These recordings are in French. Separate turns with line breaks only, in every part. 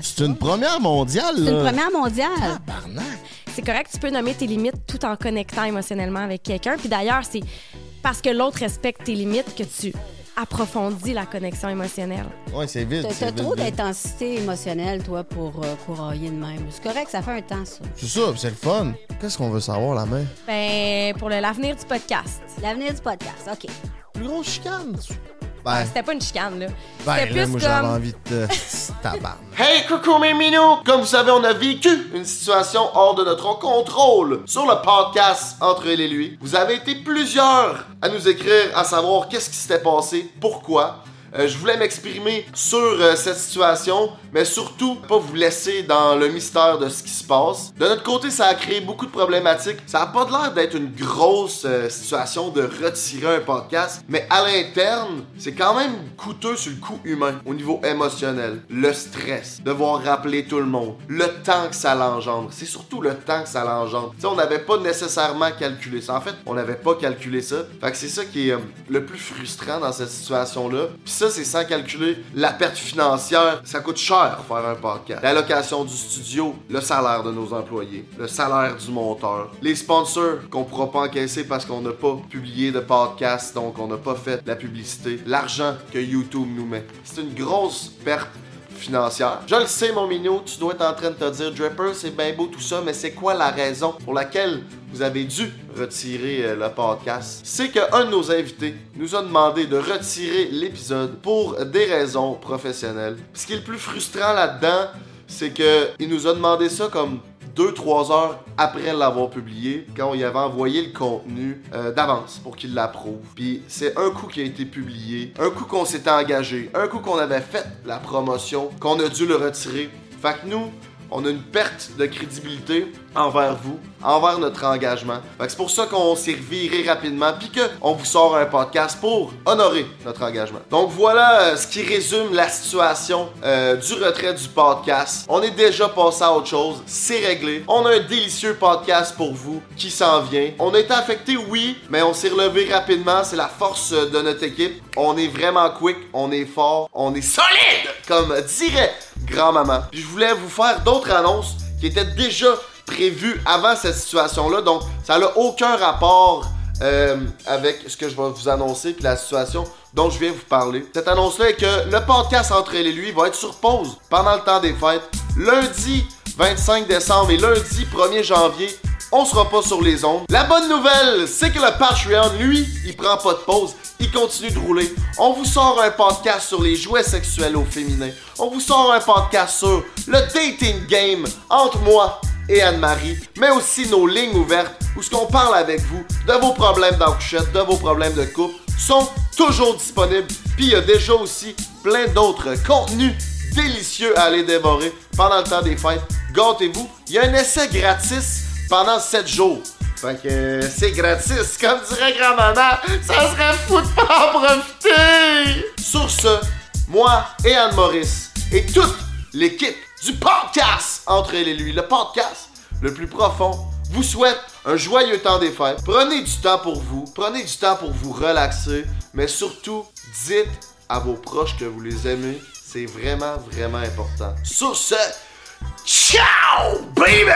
C'est une première mondiale,
C'est une
là. Ah,
première mondiale.
Tabarnak.
C'est correct, tu peux nommer tes limites tout en connectant émotionnellement avec quelqu'un. Puis d'ailleurs, c'est parce que l'autre respecte tes limites que tu approfondis la connexion émotionnelle.
Ouais, c'est vite.
T'as-
c'est
T'as
vite,
trop
vite.
d'intensité émotionnelle, toi, pour euh, courailler de même. C'est correct, ça fait un temps, ça.
C'est ça, puis c'est le fun. Qu'est-ce qu'on veut savoir, la main?
Ben, pour le- l'avenir du podcast.
L'avenir du podcast, OK.
Plus grosse chicane. Ben,
C'était pas une chicane, là.
ben
C'était
là,
plus
moi, j'avais
comme.
envie de te... Tabarnak.
Hey, coucou mes minous! Comme vous savez, on a vécu une situation hors de notre contrôle sur le podcast Entre elle et lui. Vous avez été plusieurs à nous écrire, à savoir qu'est-ce qui s'était passé, pourquoi. Euh, je voulais m'exprimer sur euh, cette situation, mais surtout pas vous laisser dans le mystère de ce qui se passe. De notre côté, ça a créé beaucoup de problématiques. Ça a pas de l'air d'être une grosse euh, situation de retirer un podcast, mais à l'interne, c'est quand même coûteux sur le coût humain, au niveau émotionnel. Le stress, devoir rappeler tout le monde, le temps que ça l'engendre. C'est surtout le temps que ça l'engendre. Tu sais, on n'avait pas nécessairement calculé ça. En fait, on n'avait pas calculé ça. Fait que c'est ça qui est euh, le plus frustrant dans cette situation-là. Puis ça, c'est sans calculer la perte financière. Ça coûte cher faire un podcast. L'allocation du studio, le salaire de nos employés, le salaire du monteur, les sponsors qu'on pourra pas encaisser parce qu'on n'a pas publié de podcast, donc on n'a pas fait la publicité, l'argent que YouTube nous met. C'est une grosse perte financière. Je le sais, mon minou, tu dois être en train de te dire, Draper, c'est bien beau tout ça, mais c'est quoi la raison pour laquelle vous avez dû retirer euh, le podcast? C'est qu'un de nos invités nous a demandé de retirer l'épisode pour des raisons professionnelles. Puis Ce qui est le plus frustrant là-dedans, c'est qu'il nous a demandé ça comme 2-3 heures après l'avoir publié, quand on y avait envoyé le contenu euh, d'avance pour qu'il l'approuve. Puis c'est un coup qui a été publié, un coup qu'on s'était engagé, un coup qu'on avait fait la promotion, qu'on a dû le retirer. Fait que nous, on a une perte de crédibilité envers vous, envers notre engagement. Fait que c'est pour ça qu'on s'est reviré rapidement, puis qu'on vous sort un podcast pour honorer notre engagement. Donc voilà euh, ce qui résume la situation euh, du retrait du podcast. On est déjà passé à autre chose, c'est réglé. On a un délicieux podcast pour vous qui s'en vient. On a été affecté, oui, mais on s'est relevé rapidement. C'est la force euh, de notre équipe. On est vraiment quick, on est fort, on est solide, comme dirait grand-maman. Puis je voulais vous faire d'autres annonces qui étaient déjà prévues avant cette situation-là. Donc, ça n'a aucun rapport euh, avec ce que je vais vous annoncer puis la situation dont je viens vous parler. Cette annonce-là est que le podcast entre elle et lui va être sur pause pendant le temps des fêtes. Lundi 25 décembre et lundi 1er janvier, on sera pas sur les ondes. La bonne nouvelle, c'est que le Patreon, lui, il prend pas de pause. Il continue de rouler. On vous sort un podcast sur les jouets sexuels au féminin. On vous sort un podcast sur le dating game entre moi et Anne-Marie, mais aussi nos lignes ouvertes où ce qu'on parle avec vous de vos problèmes d'encouchette, de vos problèmes de couple sont toujours disponibles. Puis il y a déjà aussi plein d'autres contenus délicieux à aller dévorer pendant le temps des fêtes. Gâtez-vous. Il y a un essai gratis pendant 7 jours. Fait que euh, c'est gratis, comme dirait grand-maman. Ça serait fou de pas en profiter. Sur ce, moi et Anne-Maurice et toute l'équipe du podcast Entre elle et lui, le podcast le plus profond, vous souhaite un joyeux temps des fêtes. Prenez du temps pour vous, prenez du temps pour vous relaxer, mais surtout, dites à vos proches que vous les aimez. C'est vraiment, vraiment important. Sur ce, ciao, baby!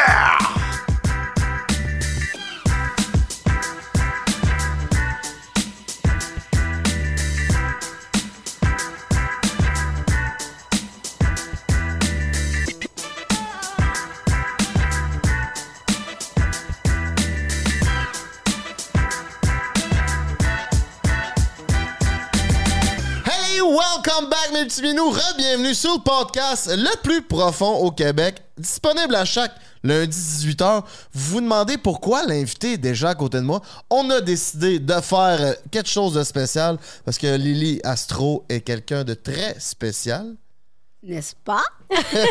Hey, welcome back mes petits minous, re-bienvenue sur le podcast le plus profond au Québec, disponible à chaque lundi 18h. Vous vous demandez pourquoi l'invité est déjà à côté de moi. On a décidé de faire euh, quelque chose de spécial parce que Lily Astro est quelqu'un de très spécial.
N'est-ce pas?
Fait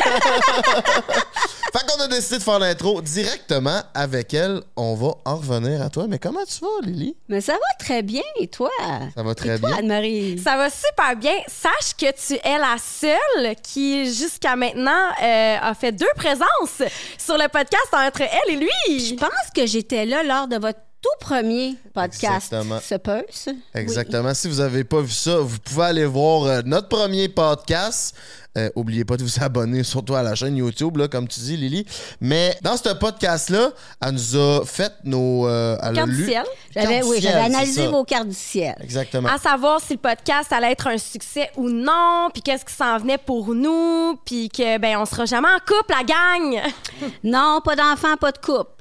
qu'on a décidé de faire l'intro directement avec elle. On va en revenir à toi. Mais comment tu vas, Lily?
Mais ça va très bien, et toi?
Ça va très
et toi,
bien.
Anne-Marie?
Ça va super bien. Sache que tu es la seule qui, jusqu'à maintenant, euh, a fait deux présences sur le podcast entre elle et
Je
lui.
pense que j'étais là lors de votre tout premier podcast.
Exactement.
Se peut, ça?
Exactement. Si vous n'avez pas vu ça, vous pouvez aller voir euh, notre premier podcast
Euh, oubliez pas de vous abonner surtout à la chaîne YouTube, là, comme tu dis, Lily. Mais dans ce podcast-là, elle nous a fait nos. euh, elle a
Carte du
lu-
ciel.
J'avais,
Cartes du
oui,
ciel,
j'avais
c'est
analysé
ça.
vos cartes du ciel.
Exactement.
À savoir si le podcast allait être un succès ou non, puis qu'est-ce qui s'en venait pour nous, puis que ben on sera jamais en couple, la gang.
Non, pas d'enfants, pas de couple.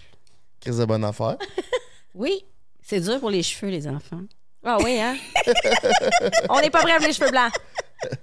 Crise de bonne affaire.
Oui, c'est dur pour les cheveux, les enfants.
Ah oui hein. on n'est pas prêts pour les cheveux blancs.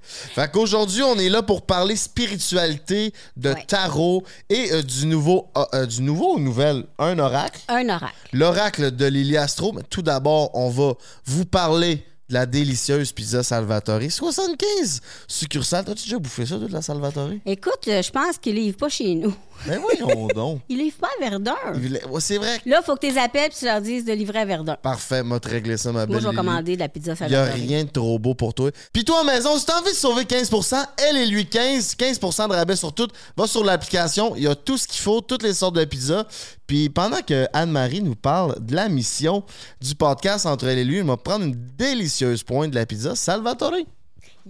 Fait qu'aujourd'hui, on est là pour parler spiritualité, de
Ouais.
tarot et euh, du nouveau, ah, euh, du nouveau ou nouvelle, un oracle.
Un oracle.
L'oracle de Lily Astro. Mais tout d'abord, on va vous parler de la délicieuse pizza Salvatore. 75 succursale. T'as-tu déjà bouffé ça, toi, de la Salvatore?
Écoute, euh, je pense qu'ils livrent pas chez nous.
Mais Ben voyons donc.
Ils livrent pas à Verdun.
Il- ouais, C'est vrai. que-
Là, faut que tu les appelles puis tu leur dises de livrer à Verdun.
Parfait, m'a réglé ça, ma belle.
Moi, je vais
Lily.
commander de la pizza
Il n'y a
salvatore.
rien de trop beau pour toi. Puis toi, à la maison, si t'as envie de sauver 15%, elle et lui 15, 15% de rabais sur tout. Va sur l'application, il y a tout ce qu'il faut, toutes les sortes de pizzas. Puis pendant que Anne-Marie nous parle de la mission du podcast entre elle et lui, elle va prendre une délicieuse pointe de la pizza Salvatore.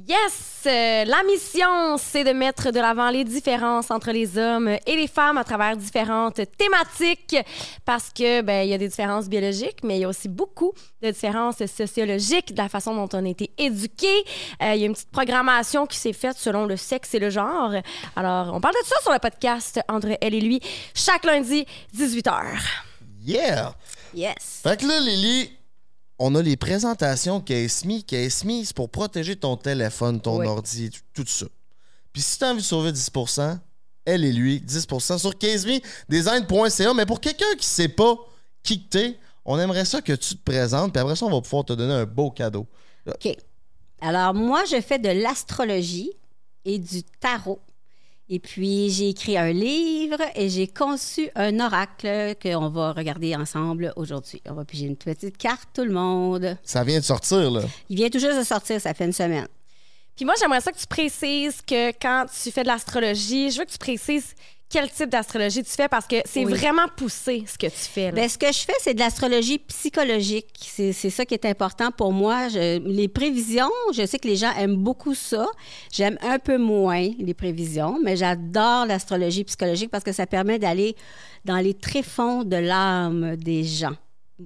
Yes! Euh, la mission, c'est de mettre de l'avant les différences entre les hommes et les femmes à travers différentes thématiques parce que ben, il y a des différences biologiques, mais il y a aussi beaucoup de différences sociologiques, de la façon dont on a été éduqué. Euh, il y a une petite programmation qui s'est faite selon le sexe et le genre. Alors, on parle de ça sur le podcast entre elle et lui chaque lundi, 18h.
Yeah!
Yes.
Fait que là, Lily, on a les présentations qu'elle est mise, qu'elle est mise pour protéger ton téléphone, ton
Oui.
ordi, tout- tout ça. Puis si t'as envie de sauver 10%, elle et lui, 10% sur 15design.ca. Mais pour quelqu'un qui sait pas qui que t'es, on aimerait ça que tu te présentes, puis après ça, on va pouvoir te donner un beau cadeau.
OK. Alors, moi, je fais de l'astrologie et du tarot. Et puis, j'ai écrit un livre et j'ai conçu un oracle qu'on va regarder ensemble aujourd'hui. On va piger une petite carte, tout le monde.
Ça vient de sortir, là.
Il vient tout juste de sortir, ça fait une semaine.
Puis moi, j'aimerais ça que tu précises que quand tu fais de l'astrologie, je veux que tu précises quel type d'astrologie tu fais parce que c'est
Oui.
vraiment poussé ce que tu fais. là.
Ben, ce que je fais, c'est de l'astrologie psychologique. C'est c'est ça qui est important pour moi. Je- les prévisions, je sais que les gens aiment beaucoup ça. J'aime un peu moins les prévisions, mais j'adore l'astrologie psychologique parce que ça permet d'aller dans les tréfonds de l'âme des gens.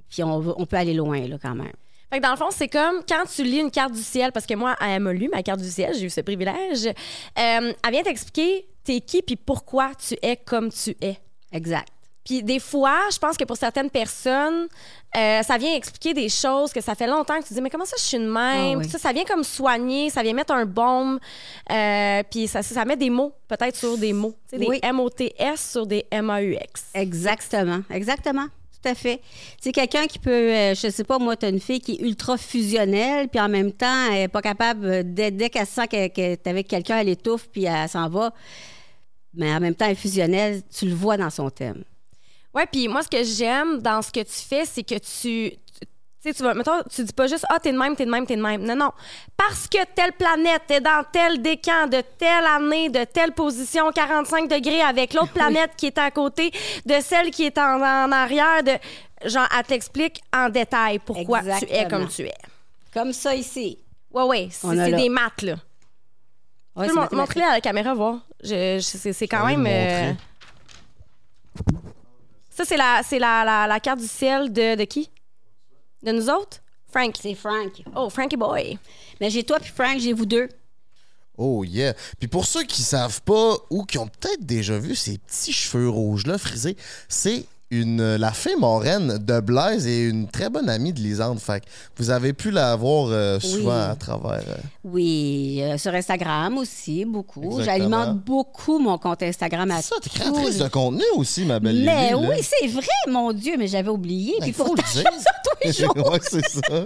Puis on, va- on peut aller loin, là, quand même.
Fait que dans le fond, c'est comme quand tu lis une carte du ciel, parce que moi, elle m'a lu ma carte du ciel, j'ai eu ce privilège. Euh, elle vient t'expliquer t'es qui puis pourquoi tu es comme tu es.
Exact.
Puis des fois, je pense que pour certaines personnes, euh, ça vient expliquer des choses que ça fait longtemps que tu dis mais comment ça je suis de même.
Ah oui.
Puis ça, ça vient comme soigner, ça vient mettre un baume, euh, puis ça, ça met des mots peut-être sur des mots, Tu sais, des
Oui.
M O T S sur des M A U X.
Exactement, exactement. Tout à fait. C'est quelqu'un qui peut, euh, je sais pas, moi, t'as une fille qui est ultra fusionnelle, puis en même temps, elle est pas capable, euh, dès, dès qu'elle sent qu'elle qu'elle est avec quelqu'un, elle étouffe, puis elle s'en va. Mais en même temps, elle est fusionnelle, tu le vois dans son thème.
Ouais, puis moi ce que j'aime dans ce que tu fais, c'est que tu tu- tu sais, tu vas, mettons, tu dis pas juste, ah, t'es de même, t'es de même, t'es de même. Non, non. Parce que telle planète est dans tel décan, de telle année, de telle position, 45 degrés avec l'autre planète qui est à côté de celle qui est en, en arrière de. Genre, elle t'explique en détail pourquoi tu es
Exactement.
comme tu es.
Comme ça ici.
Ouais, ouais. C'est
On a
c'est
là.
des maths, là.
Ouais, c'est
Tu peux mon-
mathématique.
montrer à la caméra, voir. Je- je- c'est c'est quand
Je vais
même.
le
euh,
montrer.
Ça, c'est la, c'est la, la, la carte du ciel de, de qui? De nous autres? Frank.
C'est Frank.
Oh, Frankie Boy.
Mais j'ai toi puis Frank, j'ai vous deux.
Oh yeah. Puis pour ceux qui savent pas ou qui ont peut-être déjà vu ces petits cheveux rouges là frisés, c'est une la fée moraine de Blaise et une très bonne amie de Lisande. Fait que vous avez pu la voir euh, souvent
Oui.
à travers. euh,
Oui, euh, sur Instagram aussi, beaucoup.
Exactement.
J'alimente beaucoup mon compte Instagram à
ça, t'es
tous
créatrice de contenu aussi, ma belle
Mais
Lily, là.
oui, c'est vrai, mon Dieu, mais j'avais oublié.
Ben,
Puis
faut
pourtant,
le
je
dire.
fais ça tous les jours.
ouais, c'est ça.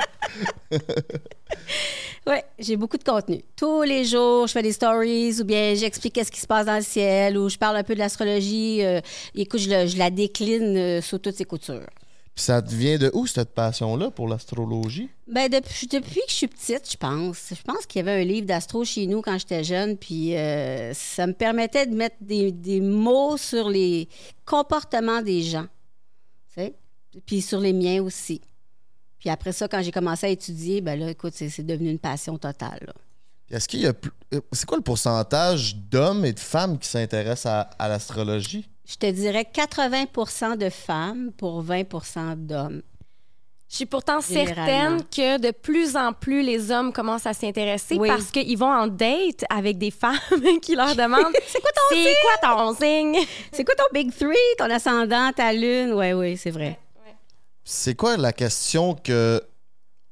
Oui, j'ai beaucoup de contenu. Tous les jours, je fais des stories ou bien j'explique qu'est-ce qui se passe dans le ciel ou je parle un peu de l'astrologie. euh, écoute, je, le- je la décline euh, sous toutes ses coutures.
Puis ça te vient de où cette passion là pour l'astrologie
Ben depuis, depuis que je suis petite, je pense. Je pense qu'il y avait un livre d'astro chez nous quand j'étais jeune, puis euh, ça me permettait de mettre des, des mots sur les comportements des gens, tu sais, puis sur les miens aussi. Puis après ça, quand j'ai commencé à étudier, ben là, écoute, c'est c'est devenu une passion totale. là.
Est-ce qu'il y a plus. euh, C'est quoi le pourcentage d'hommes et de femmes qui s'intéressent à, à l'astrologie?
Je te dirais 80 de femmes pour 20 d'hommes.
Je suis pourtant
Généralement.
certaine que de plus en plus les hommes commencent à s'intéresser
Oui.
parce qu'ils vont en date avec des femmes qui leur demandent
Oh,
c'est quoi ton signe C'est quoi ton signe
C'est quoi ton Big Three, ton ascendant, ta lune? Oui, oui, c'est vrai.
C'est quoi la question que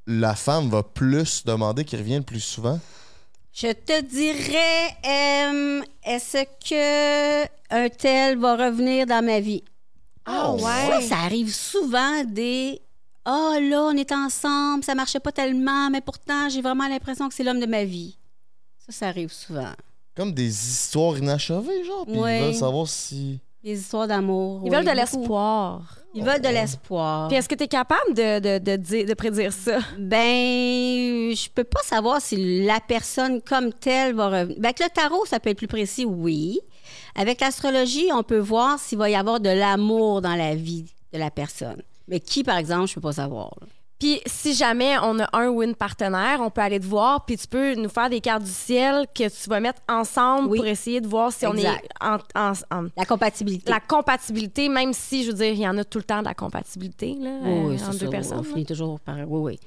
la femme va plus demander qui revient le plus souvent?
Je te dirais, euh, est-ce que un tel va revenir dans ma vie?
Ah
Ça,
ouais.
ça arrive souvent des Ah là, on est ensemble, ça marchait pas tellement, mais pourtant, j'ai vraiment l'impression que c'est l'homme de ma vie. Ça, ça arrive souvent.
Comme des histoires inachevées, genre. Puis
Ouais.
ils veulent savoir si.
Des histoires d'amour.
Ils
oui,
veulent de
beaucoup.
l'espoir.
Ils veulent de l'espoir.
Puis est-ce que tu es capable de, de, de, dire- de prédire ça
Ben, je peux pas savoir si la personne comme telle va revenir. Ben, avec le tarot, ça peut être plus précis, oui. Avec l'astrologie, on peut voir s'il va y avoir de l'amour dans la vie de la personne. Mais qui, par exemple, je peux pas savoir. là.
Puis si jamais on a un ou une partenaire, on peut aller te voir, puis tu peux nous faire des cartes du ciel que tu vas mettre ensemble
Oui.
pour essayer de voir si
Exact.
on est en- en- en,
La compatibilité.
la compatibilité, même si, je veux dire, il y en a tout le temps de la compatibilité là,
Oui,
euh,
oui, c'est
entre deux
ça. On-
personnes.
On
là.
finit toujours par. Oui, oui.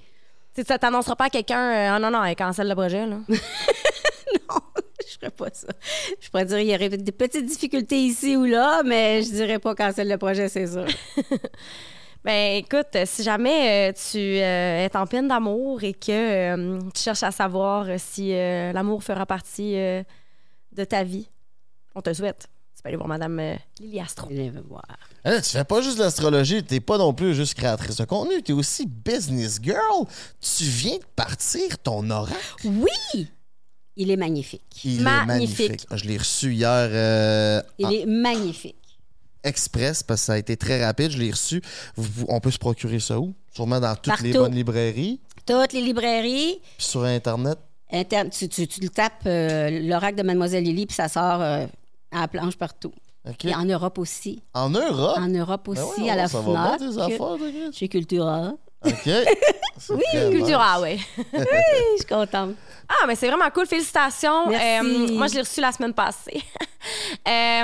Tu sais, ça t'annoncera pas à quelqu'un, euh, ah non, non, elle cancelle le projet. Là.
Non, je ferais pas ça. Je pourrais dire qu'il y aurait des petites difficultés ici ou là, mais je dirais pas cancel le projet, c'est sûr.
ben écoute, euh, si jamais euh, tu euh, es en peine d'amour et que euh, tu cherches à savoir euh, si euh, l'amour fera partie euh, de ta vie, on te le souhaite. Tu peux aller voir Madame euh, Lily Astro.
Allez me voir.
Eh, là, tu fais pas juste de l'astrologie, t'es pas non plus juste créatrice de contenu, t'es aussi business girl. Tu viens de partir ton oracle.
Oui! Il est magnifique.
Il est
Magnifique.
magnifique. Ah, Je l'ai reçu hier euh,
Il
en
Ah.
est magnifique.
express parce que ça a été très rapide. Je l'ai reçu. Vous- vous- on peut se procurer ça où? Sûrement dans toutes les
Partout.
bonnes librairies.
Toutes les librairies,
Puis sur Internet.
inter- tu, tu- tu le tapes euh, l'oracle de Mademoiselle Lily, puis ça sort euh, à la planche partout.
OK.
Et en Europe aussi.
En Europe?
En Europe
Ben
aussi,
ouais,
à
ouais,
la
ça va bien, tes
FNAC.
affaires, toi, Chris?
Chez Cultura.
OK. C'est très
Cultura,
nice.
ah, ouais.
Je suis contente.
Ah, mais c'est vraiment cool. Félicitations.
Merci.
Euh, moi, je l'ai reçu la semaine passée. Euh,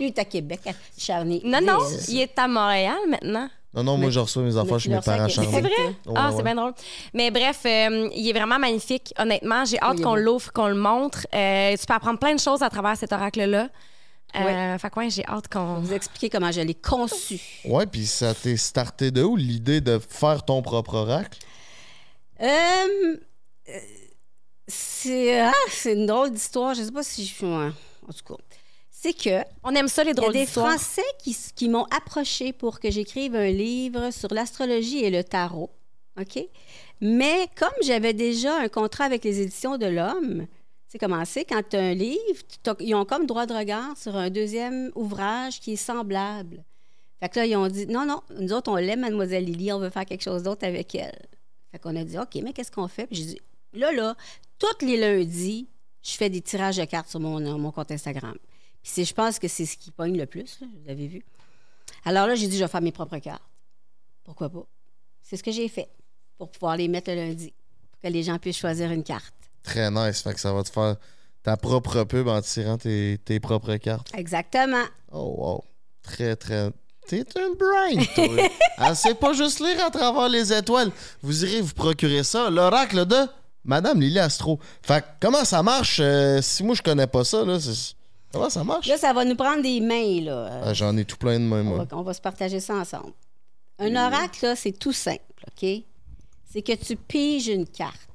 Lui, il est à Québec, à Charny.
non, non,
Yes.
il est à Montréal maintenant.
Non, non, moi, je reçois mes affaires
mais
chez
tu
mes
leur
parents à
sers-
Charny.
C'est vrai?
Ouais,
ah,
ouais.
c'est bien drôle. Mais bref, euh, il est vraiment magnifique, honnêtement. J'ai hâte
Oui, il est
qu'on
beau.
l'ouvre, qu'on le montre. Euh, tu peux apprendre plein de choses à travers cet oracle-là. Euh, Fait que ouais, j'ai hâte qu'on.
Vous expliquer comment je l'ai conçu.
Ouais, puis ça t'est starté de où l'idée de faire ton propre oracle?
Euh, euh, c'est ah, c'est une drôle d'histoire. Je sais pas si je suis. En tout cas, c'est que
On aime ça, les
il y a
drôles
des
d'histoires.
Français qui, s- qui m'ont approché pour que j'écrive un livre sur l'astrologie et le tarot. OK? Mais comme j'avais déjà un contrat avec les Éditions de l'Homme, c'est commencé quand tu as un livre, tu t'as- ils ont comme droit de regard sur un deuxième ouvrage qui est semblable. Fait que là, ils ont dit non, non, nous autres, on l'aime, Mademoiselle Lily, on veut faire quelque chose d'autre avec elle. Fait qu'on a dit OK, mais qu'est-ce qu'on fait? Puis j'ai dit là, là, tous les lundis, je fais des tirages de cartes sur mon, mon compte Instagram. Puis c'est- je pense que c'est ce qui pogne le plus, là, vous avez vu. Alors là, j'ai dit, je vais faire mes propres cartes. Pourquoi pas? C'est ce que j'ai fait pour pouvoir les mettre le lundi, pour que les gens puissent choisir une carte.
Très nice. Fait que ça va te faire ta propre pub en tirant tes, tes propres cartes.
Exactement.
Oh, wow. Très, très. T'es une brain, toi. Elle sait pas juste lire à travers les étoiles. Vous irez vous procurer ça, l'oracle de Madame Lily Astro. Fait que comment ça marche? euh, si moi, je connais pas ça, là, c'est- comment ça marche?
Là, ça va nous prendre des mains, là. Euh,
Ah, J'en ai tout plein de même,
On
moi.
va, on va se partager ça ensemble. Un oracle, là, c'est tout simple, OK? C'est que tu piges une carte.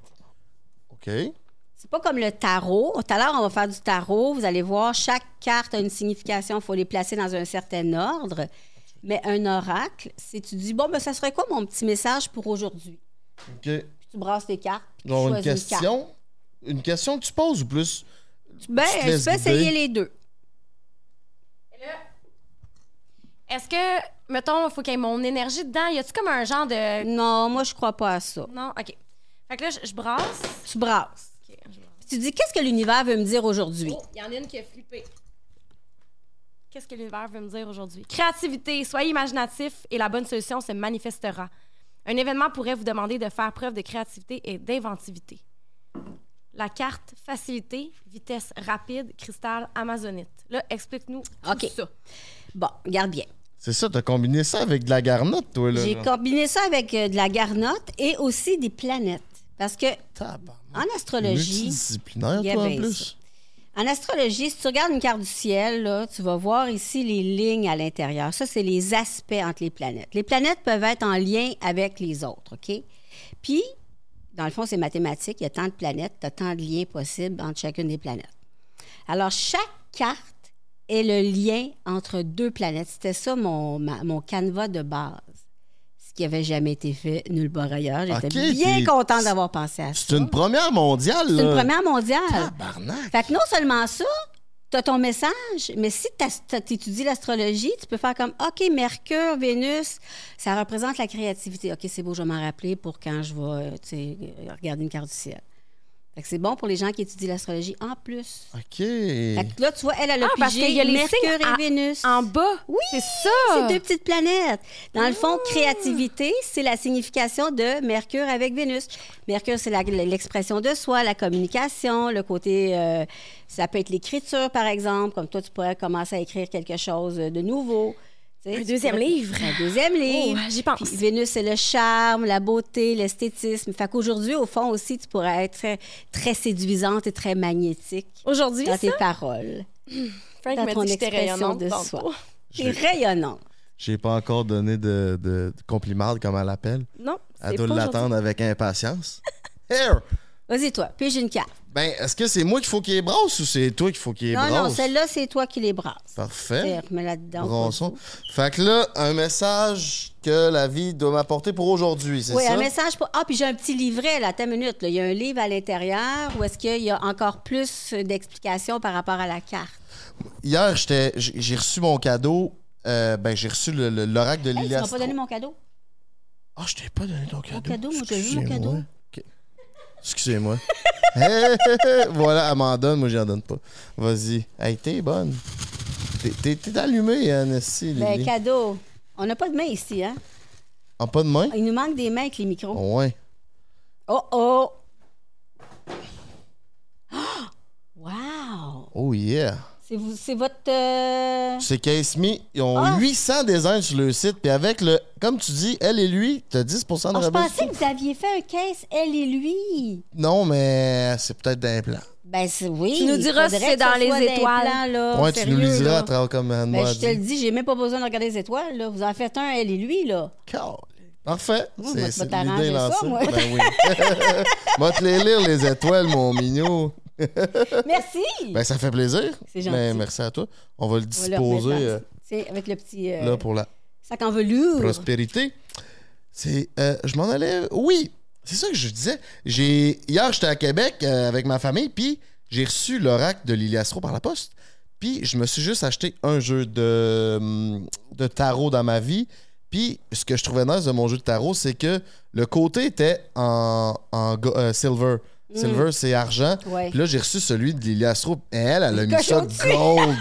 OK.
C'est pas comme le tarot. Tout à l'heure, on va faire du tarot. Vous allez voir, chaque carte a une signification. Il faut les placer dans un certain ordre. Mais un oracle, c'est tu dis, bon, ben, ça serait quoi mon petit message pour aujourd'hui?
OK.
Puis tu brasses tes cartes. Puis tu
Genre une
choisis carte.
question. Une question que tu poses ou plus?
Tu- Ben,
tu te
tu
laisses
peux
guider.
essayer les deux.
Est-ce que, mettons, il faut qu'il y ait mon énergie dedans? Y a-tu comme un genre de.
Non, moi, je crois pas à ça.
Non? OK. Fait que là, je, je brasse.
Tu brasses.
OK, je brasse.
Puis tu dis, qu'est-ce que l'univers veut me dire aujourd'hui?
Oh, il y en a une qui a flippé. Qu'est-ce que l'univers veut me dire aujourd'hui? Créativité, soyez imaginatif et la bonne solution se manifestera. Un événement pourrait vous demander de faire preuve de créativité et d'inventivité. la carte facilité, vitesse rapide, cristal, amazonite. Là, explique-nous
OK.
tout ça.
Bon, regarde bien.
C'est ça, t'as combiné ça avec de la garnotte, toi, là.
J'ai
genre.
combiné ça avec euh, de la garnotte et aussi des planètes. Parce que
Tabarnak.
en astrologie,
Multidisciplinaire,
il y a
toi, en
bien
plus.
En astrologie, si tu regardes une carte du ciel, là, tu vas voir ici les lignes à l'intérieur. Ça, c'est les aspects entre les planètes. Les planètes peuvent être en lien avec les autres, OK? Puis, dans le fond, c'est mathématique. Il y a tant de planètes, tu as tant de liens possibles entre chacune des planètes. Alors, chaque carte est le lien entre deux planètes. C'était ça mon, ma- mon canevas de base. Ce qui n'avait jamais été fait nulle part ailleurs. J'étais
OK,
bien
puis
contente d'avoir pensé à ça.
C'est une première mondiale,
C'est
là.
une première mondiale.
Tabarnak.
Fait que non seulement ça, tu as ton message, mais si tu étudies l'astrologie, tu peux faire comme OK, Mercure, Vénus, ça représente la créativité. OK, c'est beau, je vais m'en rappeler pour quand je vais euh, tu sais, regarder une carte du ciel. Fait que c'est bon pour les gens qui étudient l'astrologie en plus.
OK.
Fait que là, tu vois, elle, elle a
Ah,
le
parce
pigé
qu'il y a les
Mercure
signes
et
à-
Vénus.
En bas,
Oui,
c'est
C'est
ça. Oh,
deux petites planètes. Dans le fond, créativité, c'est la signification de Mercure avec Vénus. Mercure, c'est la- l'expression de soi, la communication, le côté. euh, ça peut être l'écriture, par exemple. Comme toi, tu pourrais commencer à écrire quelque chose de nouveau. Tu sais,
Un
tu
deuxième
pourrais-
livre.
Un deuxième
Oh,
livre.
J'y pense.
Puis Vénus, c'est le charme, la beauté, l'esthétisme. Fait qu'aujourd'hui, au fond aussi, tu pourrais être très, très séduisante et très magnétique
Aujourd'hui,
dans
ça,
tes paroles,
Frank
dans
m'a
ton
dit que j'étais
expression
rayonnante
de
tantôt.
soi.
Je
T'es rayonnante.
J'ai pas encore donné de, de, de complimarde, comme elle l'appelle.
Non,
Elle
c'est pas
doit
aujourd'hui.
l'attendre avec impatience. Here!
Vas-y, toi, puis j'ai une carte.
Ben, est-ce que c'est moi qu'il faut qu'il les brasse ou c'est toi qu'il faut qu'il les
Non,
brasse?
non, celle-là, c'est toi qui les brasses.
Parfait.
Mais là-dedans.
Brassons. Fait que là, un message que la vie doit m'apporter pour aujourd'hui, c'est
Oui,
ça?
un message pour. Ah, puis j'ai un petit livret, là, attends une minute. là. Il y a un livre à l'intérieur où est-ce qu'il y a encore plus d'explications par rapport à la carte?
Hier, j'étais- j'ai j'ai reçu mon cadeau. Euh, ben, j'ai reçu le- le- l'oracle de
Hey, tu
Lily
m'as
Astro.
pas donné mon cadeau?
Ah, je t'ai pas donné ton cadeau.
cadeau, moi, j'ai vu mon
Excusez-moi.
cadeau.
Ok. Excusez-moi. Hey, hey, hey, voilà, elle m'en donne, moi, j'en donne pas. Vas-y. Hey, t'es bonne. T'es- T'es t'es allumée, Annecy,
Ben,
Lily.
cadeau. On n'a pas de main ici, hein?
En pas de main?
Il nous manque des mains avec les micros.
Ouais.
Oh, oh! Ah! Wow!
Oh, yeah.
C'est vous- c'est votre. euh,
C'est Case Me. Ils ont
Ah.
800 designs sur le site. Puis avec le, comme tu dis, elle et lui, t'as 10 de
Ah, je
rabais.
pensais que vous aviez fait un caisse, elle et lui.
Non, mais c'est peut-être d'implant.
Ben c'est- oui.
Tu nous diras
faudrait
si c'est
que ça
dans les
soit d'un
étoiles.
plan, là,
ouais, tu nous
Ah, sérieux,
le diras
là.
à travers comme anne
Ben, je te le dis, j'ai même pas besoin de regarder les étoiles. Là. Vous en faites un, elle et lui. là.
Parfait.
Moi, je vais te
l'idée
t'arranger ça,
lancée.
moi.
Ben oui. Moi, te les lire, les étoiles, mon mignot.
Merci!
Ben, ça fait plaisir.
C'est gentil.
Ben, merci à toi. On va le
On va le remettre
disposer
dans-
euh,
Tiens, avec le petit euh,
là pour la
sac en velours.
prospérité. C'est, euh, je m'en allais. Oui, c'est ça que je disais. J'ai hier, j'étais à Québec euh, avec ma famille, puis j'ai reçu l'oracle de Liliastro par la poste. Puis je me suis juste acheté un jeu de, hum, de tarot dans ma vie. Puis ce que je trouvais nice de mon jeu de tarot, c'est que le côté était en, en go- euh, silver. Silver, c'est argent.
Mm. Ouais.
Puis là, j'ai reçu celui de Liliastro. Elle, elle a mis ça
cochon dessus.
gold.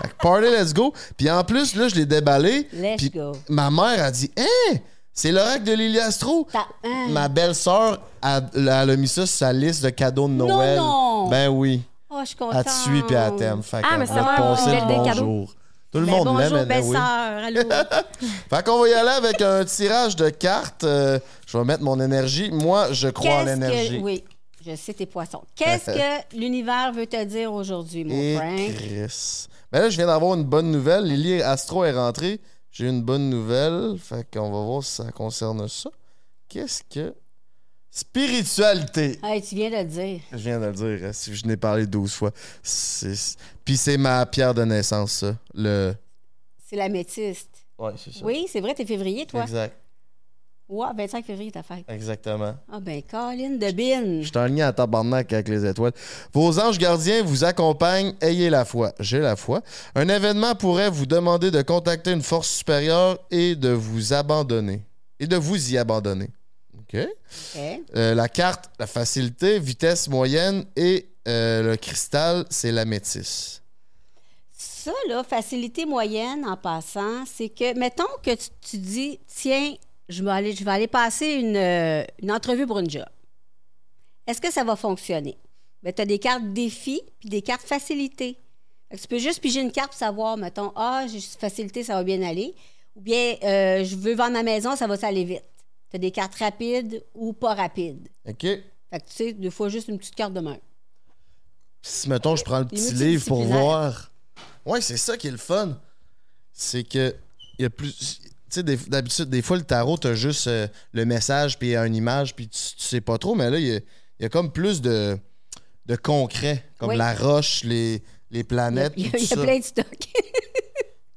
Fait que Party, let's go. Puis en plus, là, je l'ai déballé.
Let's
Puis
go.
Ma mère a dit Hein C'est l'oracle de Liliastro.
Ta- hein?
Ma belle-sœur, elle, elle a mis ça sur sa liste de cadeaux de
Non,
Noël.
non.
Ben oui.
Oh, je suis
Elle
contente.
te suit puis elle t'aime. Fait
Ah,
qu'on
mais
va
ça
te
va,
passer
elle
le
des
bonjour.
cadeaux.
Tout le
Ben,
monde l'aime,
bonjour,
elle,
belle
oui.
sœur. Allô?
Fait qu'on va y aller avec un tirage de cartes. Euh, je vais mettre mon énergie. Moi, je crois en
Qu'est-ce
l'énergie.
que... Oui, je sais tes poissons. Qu'est-ce que l'univers veut te dire aujourd'hui, mon
Et
Frank?
Eh, Chris. Ben là, je viens d'avoir une bonne nouvelle. Lily Astro est rentrée. J'ai une bonne nouvelle. Fait qu'on va voir si ça concerne ça. Qu'est-ce que. Spiritualité.
Hey, tu viens de le dire.
Je viens de le dire. hein, si je n'ai parlé 12 fois. C'est- Puis c'est ma pierre de naissance, ça. Le.
C'est la métiste.
Ouais, c'est ça.
Oui, c'est vrai, t'es février, toi.
Exact.
Ouais, 25 février, ta fête.
Exactement.
Ah ben, Colin de Bin.
Je suis en ligne à tabarnak avec les étoiles. Vos anges gardiens vous accompagnent. Ayez la foi. J'ai la foi. Un événement pourrait vous demander de contacter une force supérieure et de vous abandonner. Et de vous y abandonner. OK.
Ok.
Euh, la carte, la facilité, vitesse moyenne et euh, le cristal, c'est la métisse.
Ça, là, facilité moyenne en passant, c'est que, mettons que tu, tu dis, tiens, je vais aller, je vais aller passer une, euh, une entrevue pour une job. Est-ce que ça va fonctionner? ben, tu as des cartes défis puis des cartes facilité. Fait que tu peux juste piger une carte pour savoir, mettons, ah, j'ai juste facilité, ça va bien aller. Ou bien, euh, je veux vendre ma maison, ça va aller vite. Tu as des cartes rapides ou pas rapides.
OK.
Fait que tu sais, deux fois juste une petite carte de main.
Si, mettons, je prends le petit livre pour voir. Ouais, c'est ça qui est le fun. C'est que. Il y a plus. Tu sais, des- d'habitude, des fois, le tarot, t'as juste euh, le message, puis une image, puis tu, tu sais pas trop, mais là, il y a, il y a comme plus de, de concret, comme
Oui.
la roche, les, les planètes,
Il y a,
tout
il y a
ça.
plein de stocks.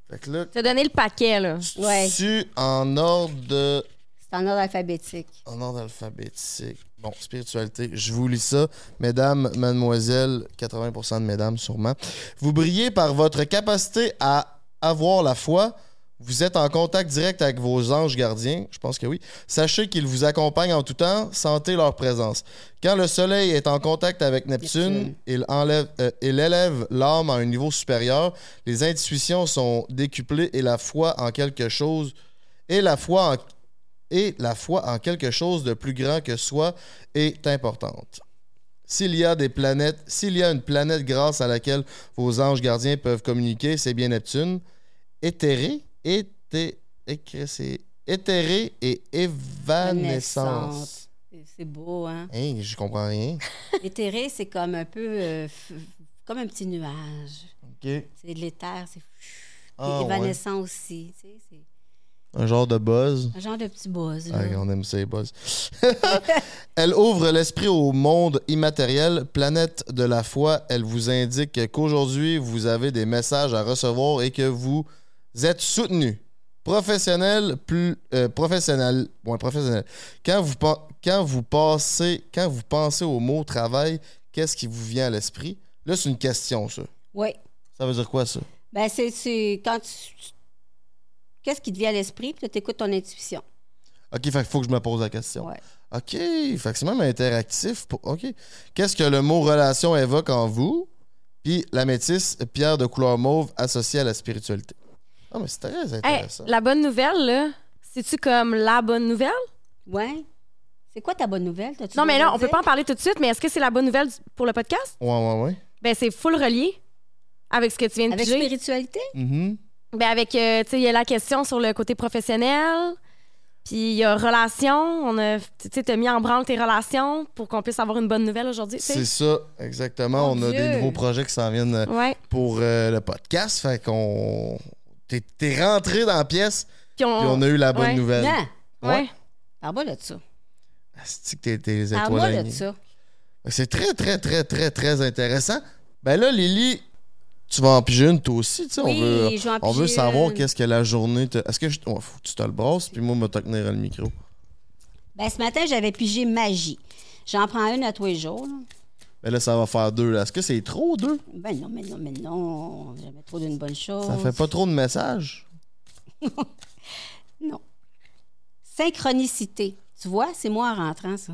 Fait que là,
T'as donné le paquet, là.
Ouais.
tu en ordre de.
C'est en ordre alphabétique.
En ordre alphabétique. Bon, spiritualité, je vous lis ça. Mesdames, mademoiselles, 80% de mesdames sûrement. Vous brillez par votre capacité à avoir la foi. Vous êtes en contact direct avec vos anges gardiens, je pense que oui. Sachez qu'ils vous accompagnent en tout temps, sentez leur présence. Quand le soleil est en contact avec Neptune,
Neptune.
Il, enlève, euh, il élève l'âme à un niveau supérieur, les intuitions sont décuplées et la foi en quelque chose et la foi en et la foi en quelque chose de plus grand que soi est importante. S'il y a des planètes, s'il y a une planète grâce à laquelle vos anges gardiens peuvent communiquer, c'est bien Neptune. Éthéré, éthé- écré- c'est éthéré et évanescence.
Naissance. C'est- C'est beau, hein?
Hey, je comprends rien.
L'éthéré, c'est comme un peu... euh, f- comme un petit nuage.
OK.
C'est de l'éther, c'est...
Ah,
Et
ouais.
évanescent aussi. tu sais, C'est
Un genre de buzz.
un genre de petit buzz. là.
Ah, on aime ça, les buzz. Elle ouvre l'esprit au monde immatériel, planète de la foi. Elle vous indique qu'aujourd'hui, vous avez des messages à recevoir et que vous êtes soutenu. Professionnel, plus euh, professionnel, ouais, professionnel. Quand vous, pen- quand vous passez, quand vous pensez au mot travail, qu'est-ce qui vous vient à l'esprit Là, c'est une question, ça.
Oui.
Ça veut dire quoi, ça
Ben, c'est, c'est quand tu. tu- Qu'est-ce qui te vient à l'esprit, puis tu écoutes ton intuition.
Ok, fait qu'il faut que je me pose la question.
Ouais.
OK, fait que c'est même interactif. pour- OK. Qu'est-ce que le mot relation évoque en vous? Puis la métisse, pierre de couleur mauve associée à la spiritualité. Ah, mais c'est très
Hey,
intéressant.
la bonne nouvelle, là, c'est-tu comme la bonne nouvelle?
Ouais. C'est quoi ta bonne nouvelle? T'as-tu
Non, mais
besoin
là,
de
on peut
dire?
pas en parler tout de suite, mais est-ce que c'est la bonne nouvelle du- pour le podcast?
Ouais, ouais, ouais.
Ben, c'est full relié avec ce que tu viens de
Avec
piger.
spiritualité?
Mhm.
Ben, avec, euh, tu sais, il y a la question sur le côté professionnel, puis il y a relations. On a, tu sais, t'as mis en branle tes relations pour qu'on puisse avoir une bonne nouvelle aujourd'hui, tu sais.
C'est ça, exactement.
Mon
On a
Dieu.
des nouveaux projets qui s'en viennent euh,
Ouais.
pour euh, le podcast. Fait qu'on. T'es t'es rentré dans la pièce,
Puis on,
puis on a eu la bonne
Oh. ouais.
nouvelle.
Non.
Ouais.
Parle-moi de ça.
C'est que t'es- t'es les étoiles
Parle-moi de
alignées.
ça.
C'est très, très, très, très, très intéressant. Ben là, Lily, tu vas en piger une, toi aussi, tu sais.
Oui,
on veut,
je vais en
on veut
piger
savoir
une.
qu'est-ce que la journée. te- Est-ce que je. oh, faut que tu te le brasses, puis moi, me tenir le micro.
Ben, ce matin, j'avais pigé magie. J'en prends une à tous les jours. là.
Ben là, ça va faire deux. là. Est-ce que c'est trop, deux
Ben non, mais non, mais non. Jamais trop d'une bonne chose.
Ça fait pas trop de messages.
Non. Synchronicité. Tu vois, c'est moi en rentrant, ça.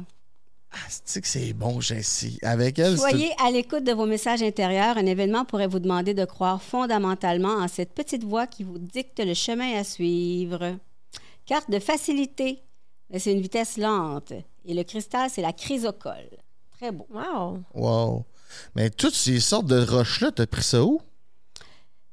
Ah, c'est que c'est bon, Jessie. Avec elle, c'est-
Soyez à l'écoute de vos messages intérieurs. Un événement pourrait vous demander de croire fondamentalement en cette petite voix qui vous dicte le chemin à suivre. Carte de facilité, mais c'est une vitesse lente. Et le cristal, c'est la chrysocole. Très beau.
Wow.
Wow. Mais toutes ces sortes de roches-là, t'as pris ça où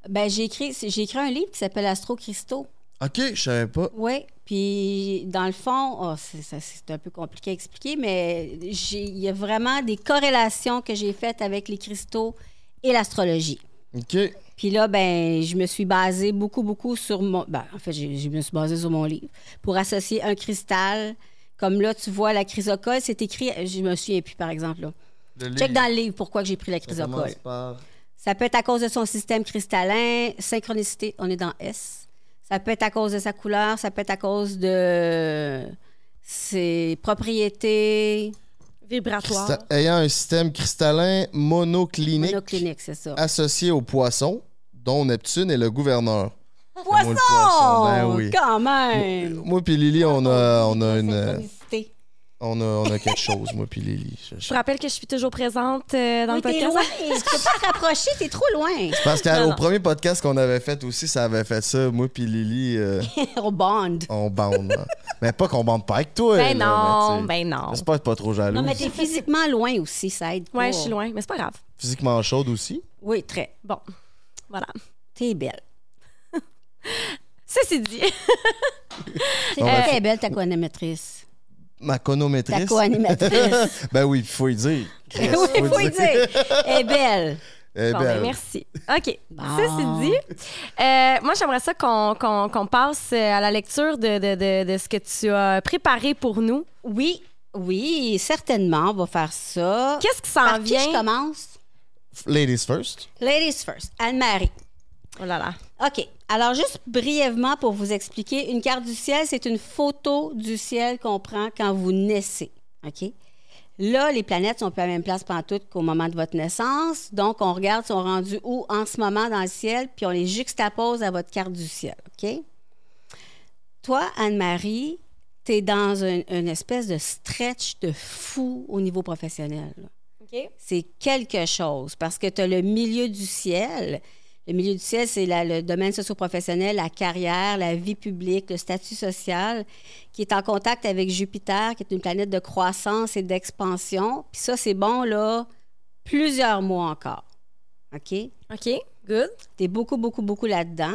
Ben, j'ai écrit, c'est- j'ai écrit un livre qui s'appelle Astro Cristaux.
Ok, je savais pas.
Oui, puis dans le fond, oh, c'est ça, c'est un peu compliqué à expliquer, mais j'ai- il y a vraiment des corrélations que j'ai faites avec les cristaux et l'astrologie.
Ok.
Puis là, ben, je me suis basée beaucoup, beaucoup sur mon. Ben, en fait, j'ai- je me suis basée sur mon livre pour associer un cristal. Comme là, tu vois, la chrysocole, c'est écrit. Je me souviens plus, par exemple. Là. Check dans le livre pourquoi que j'ai pris la chrysocole. Ça peut être à cause de son système cristallin, synchronicité, on est dans S. Ça peut être à cause de sa couleur, ça peut être à cause de ses propriétés
Vibratoire.
Ayant un système cristallin monoclinique.
monocliniques, c'est ça.
associé au poisson, dont Neptune est le gouverneur.
Poisson!
Moi, Ah, le poisson, ben oui.
Quand même!
Moi puis Lily, on a, on a une,
Synchronicité.
On a, on a quelque chose, moi, puis Lily. Je- je-
Je vous rappelle que je suis toujours présente euh, dans
Oui,
le
t'es
podcast. hein?
loin. Je peux pas te rapprocher, t'es trop loin.
Parce
Non,
qu'au
non.
premier podcast qu'on avait fait aussi, ça avait fait ça. Moi, puis Lily, euh,
On bande.
on bande. hein. mais pas qu'on bande pas avec toi.
Ben
là,
non,
mais tu sais,
ben non.
J'espère que t'es pas trop jaloux.
Non, mais t'es physiquement loin aussi, ça aide.
Ouais,
pas.
je suis loin, mais c'est pas grave.
Physiquement chaude aussi.
Oui, très.
Bon, voilà.
T'es belle.
Ceci dit,
T'es
Bon, ben,
très belle, ta co-animatrice.
Ma
Ta
conométrice.
co-animatrice.
ben oui, faut y dire.
oui, faut y dire. Elle est belle.
Eh
bon,
ben,
ben, merci. OK.
Bon.
Ceci dit, euh, moi, j'aimerais ça qu'on qu'on- qu'on passe euh, à la lecture de, de- de- de ce que tu as préparé pour nous.
Oui, oui, certainement, on va faire ça.
Qu'est-ce qui
Par
s'en
qui
vient?
je commence?
Ladies first.
Ladies first. Anne-Marie.
Oh là là.
OK. Alors, juste brièvement pour vous expliquer, une carte du ciel, c'est une photo du ciel qu'on prend quand vous naissez. OK? Là, les planètes sont plus à la même place pantoute qu'au moment de votre naissance. Donc, on regarde sont rendus où en ce moment dans le ciel, puis on les juxtapose à votre carte du ciel. OK? Toi, Anne-Marie, tu es dans un- une espèce de stretch de fou au niveau professionnel. là
OK.
c'est quelque chose parce que tu as le milieu du ciel. Le milieu du ciel, c'est la- le domaine socio-professionnel, la carrière, la vie publique, le statut social, qui est en contact avec Jupiter, qui est une planète de croissance et d'expansion. Puis ça, c'est bon, là, plusieurs mois encore. OK?
OK. Good.
T'es beaucoup, beaucoup, beaucoup là-dedans.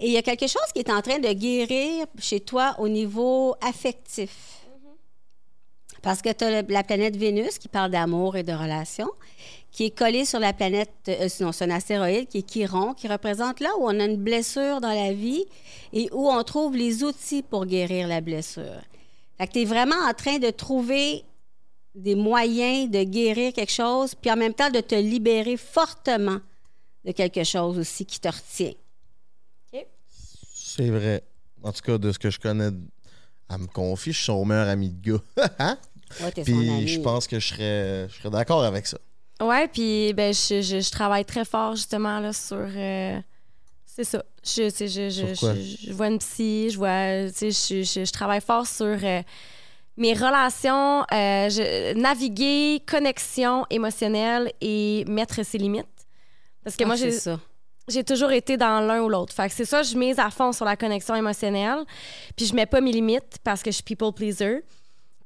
Et il y a quelque chose qui est en train de guérir chez toi au niveau affectif. Parce que tu as la planète Vénus qui parle d'amour et de relations, qui est collée sur la planète, euh, sinon c'est un astéroïde qui est Chiron, qui représente là où on a une blessure dans la vie et où on trouve les outils pour guérir la blessure. Fait que tu es vraiment en train de trouver des moyens de guérir quelque chose, puis en même temps de te libérer fortement de quelque chose aussi qui te retient.
C'est vrai. En tout cas, de ce que je connais, elle me confie, je suis son meilleur ami de gars. Hein?
Ouais, t'es son
Puis
ami.
je pense que je serais, je serais d'accord avec ça.
Ouais, puis ben, je, je- je travaille très fort justement là, sur. euh, c'est ça. Je, tu sais, je, je,
Sur quoi?
je- je vois une psy, je vois. tu sais, Je, je, je travaille fort sur euh, mes relations, euh, je- naviguer, connexion émotionnelle et mettre ses limites. Parce que
Ah,
moi,
c'est
j'ai
ça.
j'ai toujours été dans l'un ou l'autre. Fait que c'est ça, je mise à fond sur la connexion émotionnelle. Puis je mets pas mes limites parce que je suis people pleaser.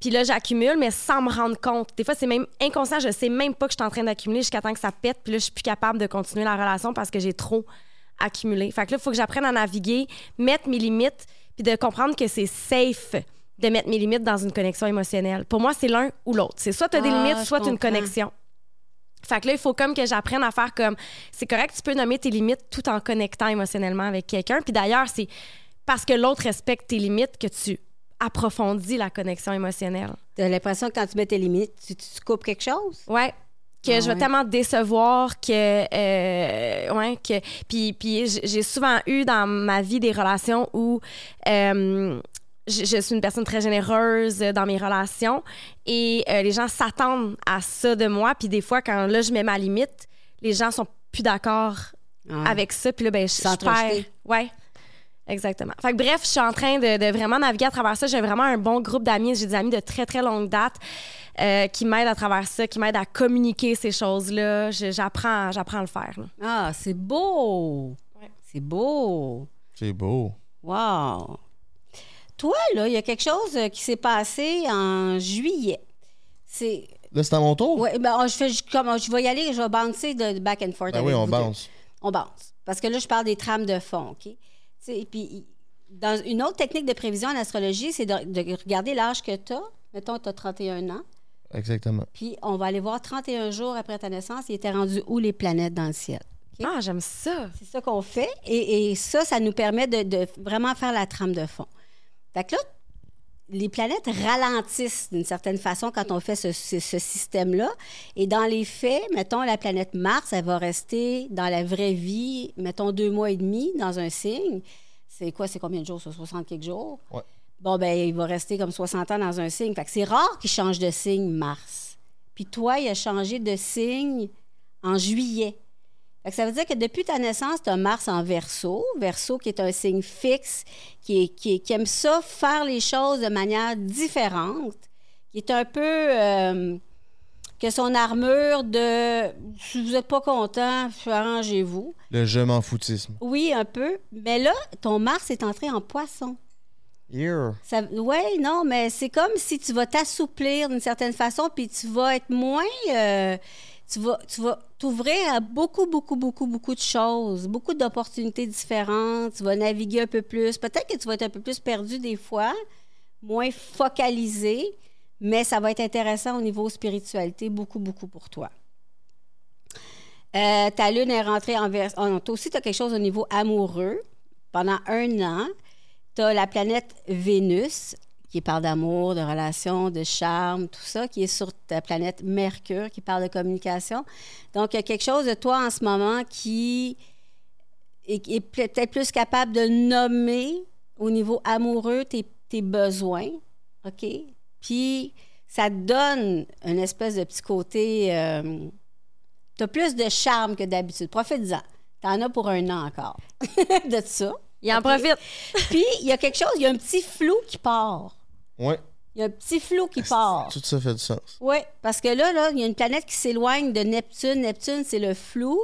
Puis là, j'accumule, mais sans me rendre compte. Des fois, c'est même inconscient. Je sais même pas que je suis en train d'accumuler jusqu'à temps que ça pète. Puis là, je suis plus capable de continuer la relation parce que j'ai trop accumulé. Fait que là, il faut que j'apprenne à naviguer, mettre mes limites, puis de comprendre que c'est safe de mettre mes limites dans une connexion émotionnelle. Pour moi, c'est l'un ou l'autre. C'est soit tu as des
Ah,
limites,
je
soit tu une
comprends.
connexion. Fait que là, il faut comme que j'apprenne à faire comme. C'est correct, tu peux nommer tes limites tout en connectant émotionnellement avec quelqu'un. Puis d'ailleurs, c'est parce que l'autre respecte tes limites que tu approfondis la connexion émotionnelle.
T'as l'impression que quand tu mets tes limites, tu, tu coupes quelque chose?
Ouais. Que
Ah
je vais
ouais.
tellement te décevoir que. euh, ouais, que. Puis, puis j- j'ai souvent eu dans ma vie des relations où euh, je, je suis une personne très généreuse euh, dans mes relations et euh, les gens s'attendent à ça de moi. Puis des fois, quand là, je mets ma limite, les gens sont plus d'accord
Ouais.
avec ça. Puis là, ben, je, je
S'entrejeter.
perds. Ouais. Exactement. Fait que bref, je suis en train de, de vraiment naviguer à travers ça. J'ai vraiment un bon groupe d'amis. J'ai des amis de très, très longue date euh, qui m'aident à travers ça, qui m'aident à communiquer ces choses-là. Je- J'apprends j'apprends à le faire. là.
Ah, c'est beau!
Ouais.
C'est beau!
C'est beau.
Wow! Toi, là, il y a quelque chose euh, qui s'est passé en juillet. C'est.
Là, c'est à mon tour?
Ouais, ben, oh, je, fais, je- comme, je vais y aller, je vais bouncer de, de back and forth.
Ben
avec
oui,
vous
on
deux.
bounce.
On bounce. Parce que là, je parle des trames de fond, OK? Tu sais, Et puis, dans une autre technique de prévision en astrologie, c'est de, de regarder l'âge que tu as. Mettons, tu as 31 ans.
Exactement.
Puis on va aller voir 31 jours après ta naissance, il était rendu où les planètes dans le ciel. Ok.
Ah, j'aime ça.
C'est ça qu'on fait. Et, et ça, ça nous permet de, de vraiment faire la trame de fond. Fait que là, les planètes ralentissent d'une certaine façon quand on fait ce, ce- ce système-là. Et dans les faits, mettons, la planète Mars, elle va rester dans la vraie vie, mettons, deux mois et demi dans un signe. C'est quoi, c'est combien de jours? C'est 60 quelques jours?
Ouais.
Bon, ben il va rester comme 60 ans dans un signe. Fait que c'est rare qu'il change de signe Mars. Puis toi, il a changé de signe en juillet. Fait que ça veut dire que depuis ta naissance, tu as Mars en verso. Verso qui est un signe fixe, qui, est- qui, est- qui aime ça, faire les choses de manière différente, qui Il est un peu euh, que son armure de si vous n'êtes pas content, arrangez-vous.
Le je m'en foutisme.
Oui, un peu. Mais là, ton Mars est entré en poisson.
Yeah.
Ça, ouais, non, mais c'est comme si tu vas t'assouplir d'une certaine façon, puis tu vas être moins. euh, tu vas tu vas t'ouvrir à beaucoup, beaucoup, beaucoup, beaucoup de choses, beaucoup d'opportunités différentes. Tu vas naviguer un peu plus. Peut-être que tu vas être un peu plus perdu des fois, moins focalisé, mais ça va être intéressant au niveau spiritualité, beaucoup, beaucoup pour toi. Euh, ta lune est rentrée en vers... oh non, toi aussi, tu as quelque chose au niveau amoureux. Pendant un an, tu as la planète Vénus, qui parle d'amour, de relations, de charme, tout ça, qui est sur ta planète Mercure, qui parle de communication. Donc, il y a quelque chose de toi en ce moment qui est, est peut-être plus capable de nommer au niveau amoureux tes, tes besoins, OK? Puis, ça te donne une espèce de petit côté... euh, T'as plus de charme que d'habitude. Profite-en. T'en as pour un an encore de ça.
Il en
OK?
profite.
Puis, il y a quelque chose, il y a un petit flou qui part.
Ouais.
Il y a un petit flou qui part.
Ah, Tout ça fait du sens.
Oui, parce que là, là, il y a une planète qui s'éloigne de Neptune. Neptune, c'est le flou.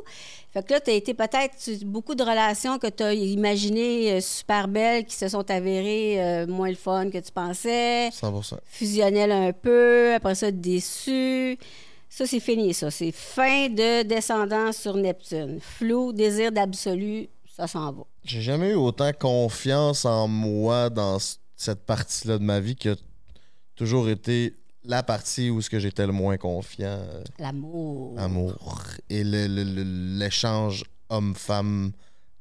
Fait que là, tu as été peut-être tu- beaucoup de relations que tu as imaginées euh, super belles qui se sont avérées euh, moins le fun que tu pensais
100%.
fusionnel un peu, après ça déçu. Ça, c'est fini, ça. C'est fin de descendance sur Neptune. Flou, désir d'absolu, ça s'en va.
J'ai jamais eu autant confiance en moi dans c- cette partie-là de ma vie qui a toujours été la partie où ce que j'étais le moins confiant. euh,
L'amour.
amour et le- le- le- l'échange homme-femme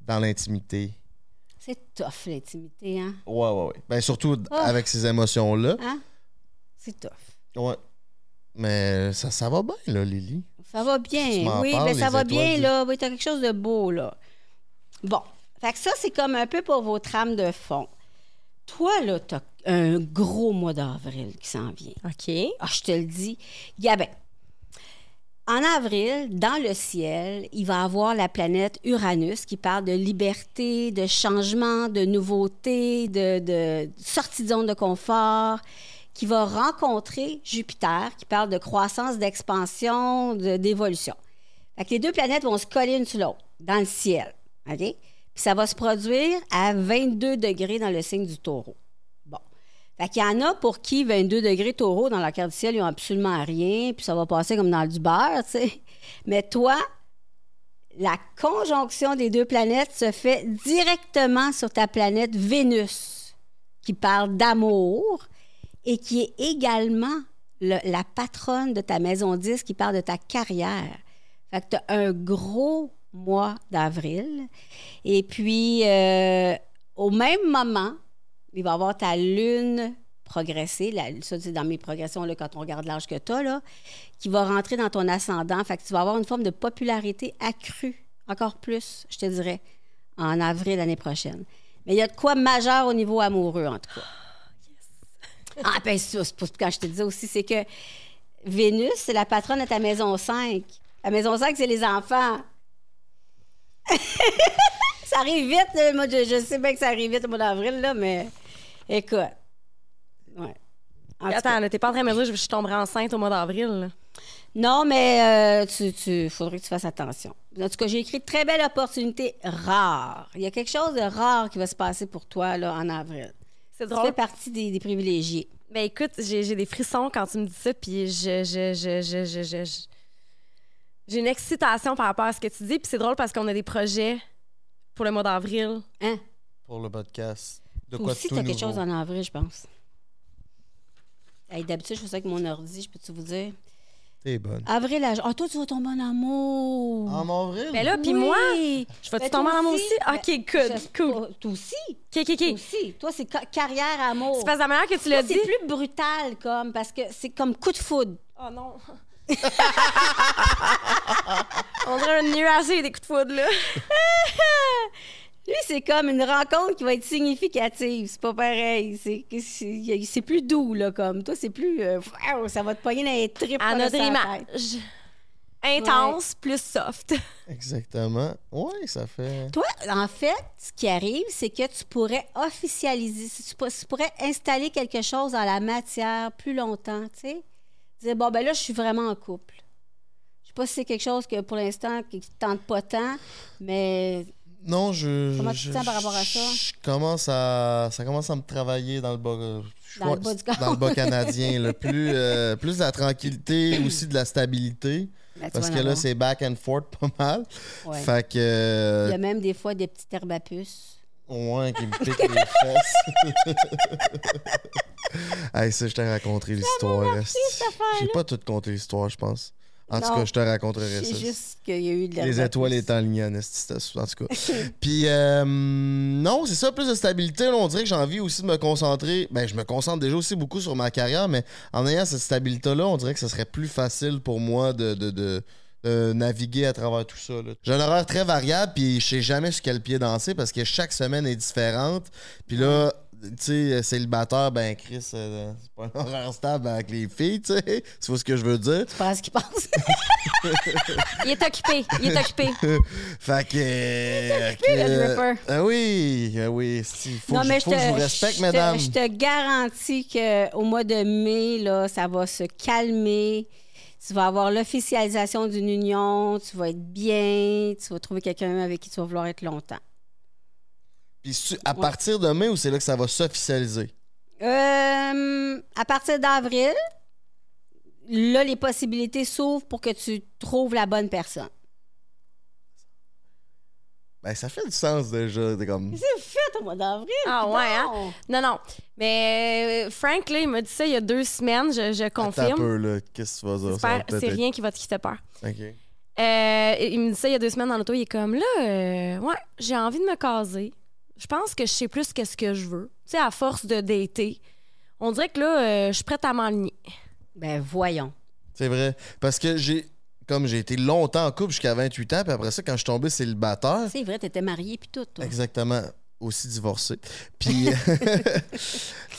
dans l'intimité.
C'est tough, l'intimité, hein?
Ouais, ouais, ouais. Ben, surtout d-
Ah.
avec ces émotions-là.
Hein? C'est tough.
Ouais. Mais ça, ça va bien, là, Lily.
Ça va
Tu
bien,
m'en
oui,
parles,
mais ça
les
va
étoiles
bien,
du-
là. Oui, t'as quelque chose de beau, là. Bon. Fait que ça, c'est comme un peu pour vos trames de fond. Toi, là, t'as un gros mois d'avril qui s'en vient.
OK.
Ah, je te le dis. Gabin. En avril, dans le ciel, il va avoir la planète Uranus qui parle de liberté, de changement, de nouveauté, de, de sortie de zone de confort, qui va rencontrer Jupiter qui parle de croissance, d'expansion, de- d'évolution. Fait que les deux planètes vont se coller une sur l'autre dans le ciel. OK? Puis ça va se produire à 22 degrés dans le signe du taureau. Bon. Fait qu'il y en a pour qui 22 degrés taureau dans la carte du ciel, ils n'ont absolument rien, puis ça va passer comme dans du beurre, tu sais. Mais toi, la conjonction des deux planètes se fait directement sur ta planète Vénus, qui parle d'amour et qui est également le- la patronne de ta maison 10 qui parle de ta carrière. Fait que tu as un gros mois d'avril. Et puis, euh, au même moment, il va y avoir ta lune progresser, la, ça c'est dans mes progressions là, quand on regarde l'âge que tu as, là, qui va rentrer dans ton ascendant. Fait que tu vas avoir une forme de popularité accrue, encore plus, je te dirais, en avril l'année prochaine. Mais il y a de quoi majeur au niveau amoureux, en tout cas. Ah, ben ça, c'est pour ça que je te disais aussi, c'est que Vénus, c'est la patronne de ta maison 5. La maison 5, c'est les enfants. ça arrive vite, là. moi, je, je sais bien que ça arrive vite au mois d'avril, là, mais écoute. Ouais. En tout cas.
Attends, là, t'es pas en train de me dire que je tomberai enceinte au mois d'avril. là.
Non, mais euh, tu, tu- faudrait que tu fasses attention. En tout cas, j'ai écrit très belle opportunité rare. Il y a quelque chose de rare qui va se passer pour toi là, en avril.
C'est
Tu fais
drôle.
partie des, des privilégiés.
Ben écoute, j'ai j'ai des frissons quand tu me dis ça, puis je, je, je, je, je, je- je- j'ai une excitation par rapport à ce que tu dis, puis c'est drôle parce qu'on a des projets pour le mois d'avril.
Hein?
Pour le podcast. De
Toi
quoi
aussi,
tout
tu as quelque
nouveau.
chose en avril, je pense. Hey, D'habitude, je fais ça avec mon ordi, je peux-tu vous dire?
T'es bonne.
Avril, à... oh, toi, tu vas tomber en amour.
En avril?
Ben là, puis moi, je vais-tu
Ben,
tomber en
toi
amour
aussi?
aussi? Ben, Ok, good,
Je-
cool.
Toi- Toi aussi.
Ok, ok,
Toi
ok.
aussi. Toi, c'est ca- carrière amour.
C'est parce que la manière que tu
Toi,
l'as dit.
C'est plus brutal, comme, parce que c'est comme coup de foudre.
Oh non. On dirait un nuage et des coups de foudre, là.
Lui, c'est comme une rencontre qui va être significative. C'est pas pareil. C'est c'est- c'est plus doux, là, comme. Toi, c'est plus. euh, wow, ça va te pogner dans les tripes.
À
par-dessus
notre
la tête.
image. intense plus soft.
Exactement. Oui, ça fait.
Toi, en fait, ce qui arrive, c'est que tu pourrais officialiser, si tu, pour- tu pourrais installer quelque chose dans la matière plus longtemps, tu sais. Dire, bon, ben là, je suis vraiment en couple. Je sais pas si c'est quelque chose que pour l'instant qui te tente pas tant, mais
Non, je.
Comment tu
je-
te sens par rapport à ça?
Je commence à. Ça commence à me travailler dans le bas. euh, je
Dans
crois-
le bas du corps.
dans le bas canadien. là. Plus, euh, plus de la tranquillité, aussi de la stabilité.
ben, tu
Parce
vas en
que là,
avoir.
c'est back and forth pas mal.
Ouais.
Fait que.
Il y
euh,
a même des fois des petites herbes à puce.
Ouais, qui me pique les fesses. hey, ça, je t'ai raconté l'histoire. esti. J'ai pas tout conté l'histoire, je pense. En tout
Non.
cas, je te raconterai
C'est
ça.
juste qu'il y a eu de l'herbe
Les
à
étoiles
puce.
étant lignées, en esti, c'était- en tout cas. Puis, euh, non, c'est ça, plus de stabilité. là, on dirait que j'ai envie aussi de me concentrer. Ben, je me concentre déjà aussi beaucoup sur ma carrière, mais en ayant cette stabilité-là, on dirait que ce serait plus facile pour moi de, de, de- de naviguer à travers tout ça. là. J'ai un horaire très variable, puis je sais jamais sur quel pied danser parce que chaque semaine est différente. Puis là, tu sais, euh, célibataire, ben, Chris, euh, c'est pas un horaire stable avec les filles, tu sais. C'est pas ce que je veux dire.
Je pense qu'ils pensent.
Il est occupé, il est occupé.
Fait que. euh,
le
que-
rapper.
Ah oui, ah oui. si, Faut,
Non,
que,
mais
je, faut que je vous
je
respecte,
te-
mesdames.
Je te garantis qu'au mois de mai, là, ça va se calmer. Tu vas avoir l'officialisation d'une union, tu vas être bien, tu vas trouver quelqu'un avec qui tu vas vouloir être longtemps.
Puis c'est-tu à
Ouais.
partir de mai ou c'est là que ça va s'officialiser?
Euh, à partir d'avril, là, les possibilités s'ouvrent pour que tu trouves la bonne personne.
Ben, ça fait du sens déjà. C'est comme.
C'est fait au mois d'avril.
Ah
coudonc.
ouais, hein? Non, non. Mais euh, Frank, là, il m'a dit ça il y a deux semaines, je, je
Attends un
confirme.
peu, là. Qu'est-ce que tu vas dire? Ça va
J'espère-
peut-être
C'est
être-
rien qui va te quitter peur.
Ok.
Euh, il me dit ça il y a deux semaines dans l'auto, il est comme là, euh, ouais, j'ai envie de me caser. Je pense que je sais plus qu'est-ce que je veux. Tu sais, à force de dater, on dirait que là, euh, je suis prête à m'enligner.
Ben voyons.
C'est vrai. Parce que j'ai. Comme j'ai été longtemps en couple jusqu'à 28 ans, puis après ça, quand je suis tombé célibataire,
C'est vrai, t'étais mariée puis tout. toi.
Exactement. Aussi divorcé. Puis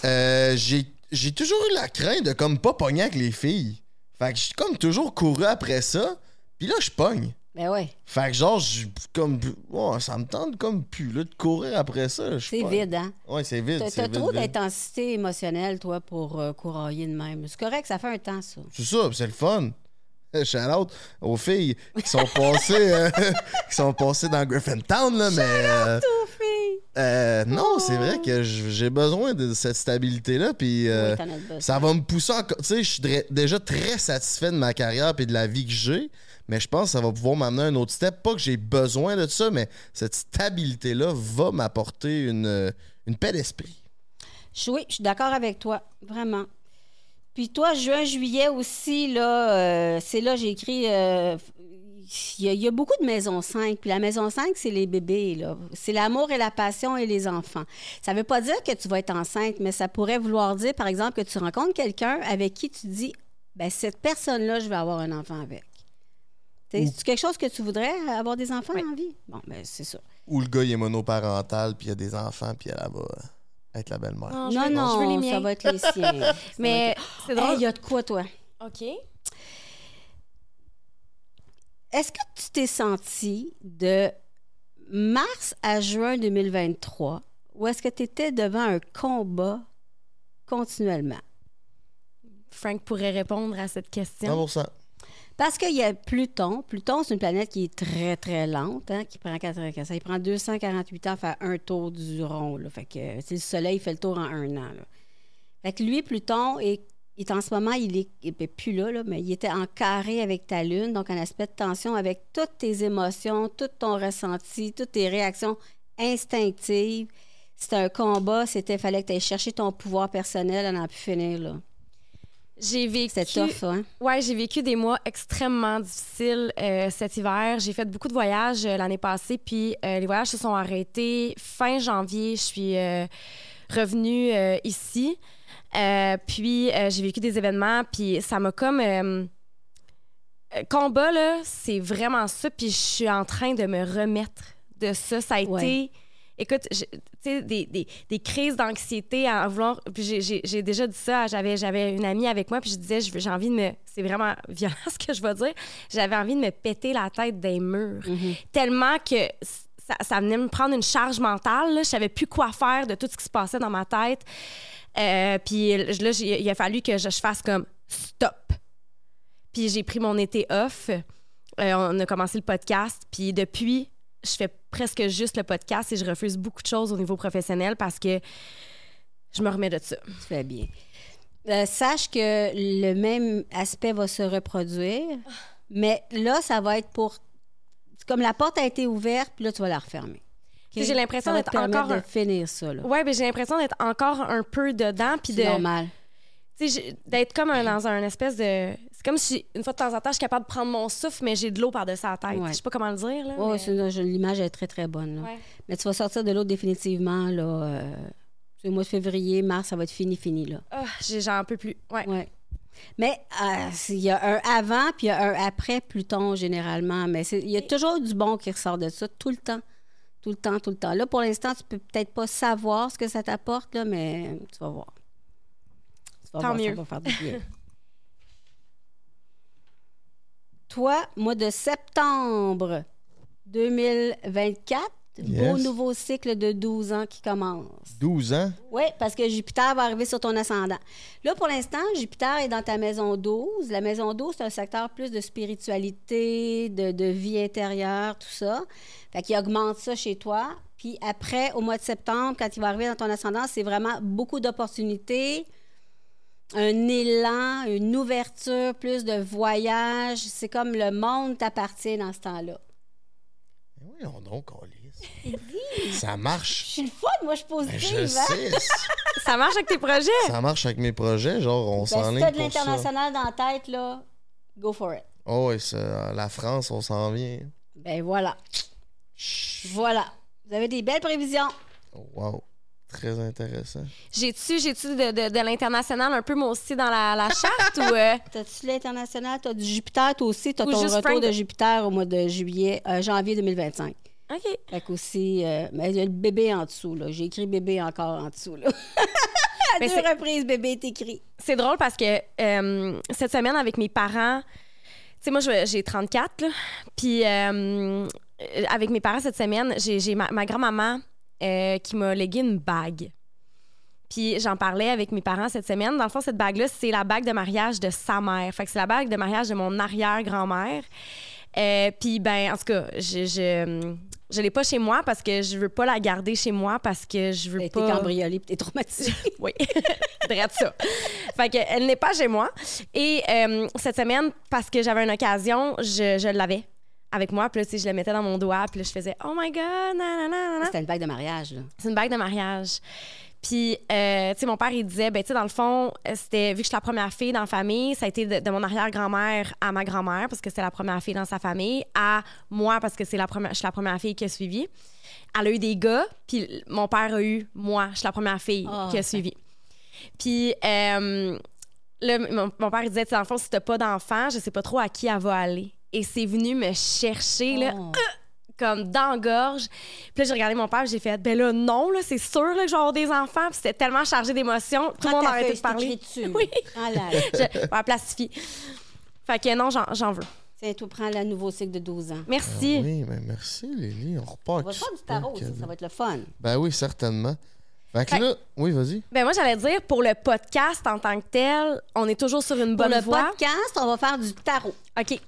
euh, j'ai j'ai toujours eu la crainte de comme pas pogner avec les filles. Fait que j'ai comme toujours couru après ça. Puis là, je pogne.
Ben ouais,
Fait que genre, je- comme. ouais, ça me tente comme plus, là, de courir après ça. je
c'est
pogne.
vide, hein?
Ouais, c'est vide.
T'as
c'est
t'as
vide,
trop
vide.
d'intensité émotionnelle, toi, pour euh, courailler de même. C'est correct, ça fait un temps, ça.
C'est ça, c'est le fun. Shout aux filles qui sont passées, euh, qui sont passées dans Griffintown, là, mais. euh, euh, non, c'est vrai que j- j'ai besoin de cette stabilité-là, puis euh,
Oui, t'en as besoin.
ça va me pousser encore. Tu sais, je suis dre- déjà très satisfait de ma carrière et de la vie que j'ai, mais je pense que ça va pouvoir m'amener à un autre step. Pas que j'ai besoin de ça, mais cette stabilité-là va m'apporter une, euh, une paix d'esprit.
Je- Oui, je suis d'accord avec toi, vraiment. Puis toi, juin, juillet aussi, là, euh, c'est là, j'ai écrit. euh, Il y, a- il y a beaucoup de maisons 5. Puis la maison 5, c'est les bébés, là. C'est l'amour et la passion et les enfants. Ça ne veut pas dire que tu vas être enceinte, mais ça pourrait vouloir dire, par exemple, que tu rencontres quelqu'un avec qui tu dis, ben cette personne-là, je vais avoir un enfant avec. T'sais, C'est quelque chose que tu voudrais euh, avoir des enfants en vie? Bon, ben c'est ça.
Ou le gars, il est monoparental, puis il a des enfants, puis elle va être la belle-mère.
Non,
non, non, ça va être les siens. Ça va
Mais
être-
c'est
Hey, il
drôle.
y a de quoi, toi?
OK.
Est-ce que tu t'es senti de mars à juin 2023 ou est-ce que tu étais devant un combat continuellement?
Frank pourrait répondre à cette question.
100%.
Parce qu'il y a Pluton. Pluton, c'est une planète qui est très, très lente, hein, qui prend 84 Ça, il prend 248 ans à faire un tour du rond. là. Fait que euh, tu sais, le Soleil fait le tour en un an. là. Fait que lui, Pluton, est, est en ce moment, il est, il est plus là, là, mais il était en carré avec ta Lune, donc en aspect de tension avec toutes tes émotions, tout ton ressenti, toutes tes réactions instinctives. C'était un combat, c'était fallait que tu ailles chercher ton pouvoir personnel à n'en plus finir. là.
J'ai vécu
C'était tough, hein?
Ouais, j'ai vécu des mois extrêmement difficiles euh, cet hiver. J'ai fait beaucoup de voyages euh, l'année passée, puis euh, les voyages se sont arrêtés. Fin janvier, je suis euh, revenue euh, ici. Euh, puis euh, j'ai vécu des événements, puis ça m'a comme... euh, euh, combat, là, c'est vraiment ça. Puis je suis en train de me remettre de ça. Ça a
Ouais.
été Écoute, je- tu sais, des, des- des crises d'anxiété à en vouloir. Puis j'ai- j'ai j'ai déjà dit ça. à- J'avais j'avais une amie avec moi, puis je disais, je veux- j'ai envie de me. C'est vraiment violent ce que je vais dire. J'avais envie de me péter la tête des murs. Tellement que c- ça, ça venait me prendre une charge mentale. là. Je savais plus quoi faire de tout ce qui se passait dans ma tête. Euh, puis là, j'ai- il a fallu que je, je fasse comme stop. Puis j'ai pris mon été off. Euh, on a commencé le podcast. Puis depuis, je fais presque juste le podcast et je refuse beaucoup de choses au niveau professionnel parce que je me remets de ça.
Tu fais bien. Euh, sache que le même aspect va se reproduire, mais là, ça va être pour. c'est Comme la porte a été ouverte, puis là, tu vas la refermer.
Puis j'ai
Ça
l'impression
va
d'être
te permettre
encore un-
de finir ça, là.
Ouais, mais j'ai l'impression d'être encore un peu dedans puis
C'est
de
normal.
tu sais, j'ai- d'être comme un- dans un espèce de c'est comme si une fois de temps en temps je suis capable de prendre mon souffle mais j'ai de l'eau par-dessus la tête.
Ouais.
Je sais pas comment le dire là.
Oh,
mais-
c'est- je- l'image est très, très bonne. là.
Ouais.
Mais tu vas sortir de l'autre définitivement. Là, euh, c'est au mois de février, mars, ça va être fini, fini. Là.
Ah, j'ai- j'en peux plus. Ouais.
Ouais. Mais euh, c'est- il y a un avant puis il y a un après Pluton généralement. Mais c'est- il y a toujours du bon qui ressort de ça, tout le temps. Tout le temps, tout le temps. Là, pour l'instant, tu peux peut-être pas savoir ce que ça t'apporte, là, mais tu vas voir. Tu vas
Tant
voir, ça
mieux.
va faire du bien. Toi, mois de septembre 2024, beau
Yes.
nouveau cycle de 12 ans qui commence.
12 ans.
Oui, parce que Jupiter va arriver sur ton ascendant. Là, pour l'instant, Jupiter est dans ta maison 12. La maison 12, c'est un secteur plus de spiritualité, de, de vie intérieure, tout ça. Fait qu'il augmente ça chez toi. Puis après, au mois de septembre, quand il va arriver dans ton ascendant, c'est vraiment beaucoup d'opportunités, un élan, une ouverture, plus de voyages. C'est comme le monde t'appartient dans ce temps-là.
Mais oui, on donc, on lisse.
Eh
Ça marche.
Je suis le fun, moi, je suis
Ben,
positive.
je
hein?
sais.
Ça marche avec tes projets
Ça marche avec mes projets, genre, on
Ben, si
s'enligne
t'as de
pour ça.
l'international dans la tête, là, go for it.
Oh, et ça, la France, on s'en vient.
Ben voilà. Voilà. Vous avez des belles prévisions.
Oh, wow. Très intéressant.
J'ai-tu, j'ai-tu de, de- de l'international un peu moi aussi dans la, la charte ou euh,
T'as-tu l'international? T'as du Jupiter, toi aussi. T'as
Ou
ton
juste
retour
Frank-
de Jupiter au mois de juillet, euh, janvier 2025.
Ok.
Fait qu'aussi, euh, mais il y a le bébé en dessous, là. J'ai écrit bébé encore en dessous, là. à
Mais
deux
c'est-
reprises, bébé est écrit.
C'est drôle parce que euh, cette semaine avec mes parents, tu sais moi je- j'ai 34 là, puis euh, euh, avec mes parents cette semaine j'ai j'ai ma, ma grand-maman euh, qui m'a légué une bague. Puis j'en parlais avec mes parents cette semaine. Dans le fond, cette bague-là, c'est la bague de mariage de sa mère. Fait que c'est la bague de mariage de mon arrière-grand-mère. Euh, puis ben, en tout cas, je je, je l'ai pas chez moi parce que je veux pas la garder chez moi parce que je
T'as
veux
été
pas. Hein?
cambriolé puis t'es traumatisé.
Oui, drette ça. Fait que elle n'est pas chez moi. Et euh, cette semaine, parce que j'avais une occasion, je, je l'avais avec moi. Puis là, tu sais, je la mettais dans mon doigt. Puis là, je faisais « Oh my God, nanana, nanana.
C'était une bague de mariage, là. »
C'est une bague de mariage. Puis, euh, tu sais, mon père, il disait, ben, tu sais, dans le fond, euh, c'était, vu que je suis la première fille dans la famille, ça a été de, de mon arrière-grand-mère à ma grand-mère, parce que c'était la première fille dans sa famille, à moi, parce que c'est la première, je suis la première fille qui a suivi. Elle a eu des gars, puis l- mon père a eu moi, je suis la première fille
Ah,
qui a suivi. Puis, euh, là, mon, mon père, il disait, tu sais, dans le fond, si t'as pas d'enfant, je sais pas trop à qui elle va aller. Et c'est venu me chercher, là,
Oh.
comme dans la gorge. Puis là, j'ai regardé mon père, j'ai fait, ben là, non, là, c'est sûr là, que je vais avoir des enfants. Puis c'était tellement chargé d'émotions, tout le
Prends
monde a
ta
arrêté
feuille,
de
c'est
parler.
écrit dessus.
Oui.
Prends-la.
Je, la plastifier. Fait que non, j'en, j'en veux.
Tiens, toi, prends la nouveau cycle de 12 ans.
Ah
Merci.
oui, mais merci, Lily. On repart
On va
avec
faire
du
du tarot aussi,
cadeau.
ça va être le fun.
Ben oui, certainement. Fait que
Fait-
là, oui, vas-y.
Ben moi, j'allais dire, pour le podcast en tant que tel, on est toujours sur une
Pour
bonne
le
voie.
podcast, on va faire du tarot.
OK.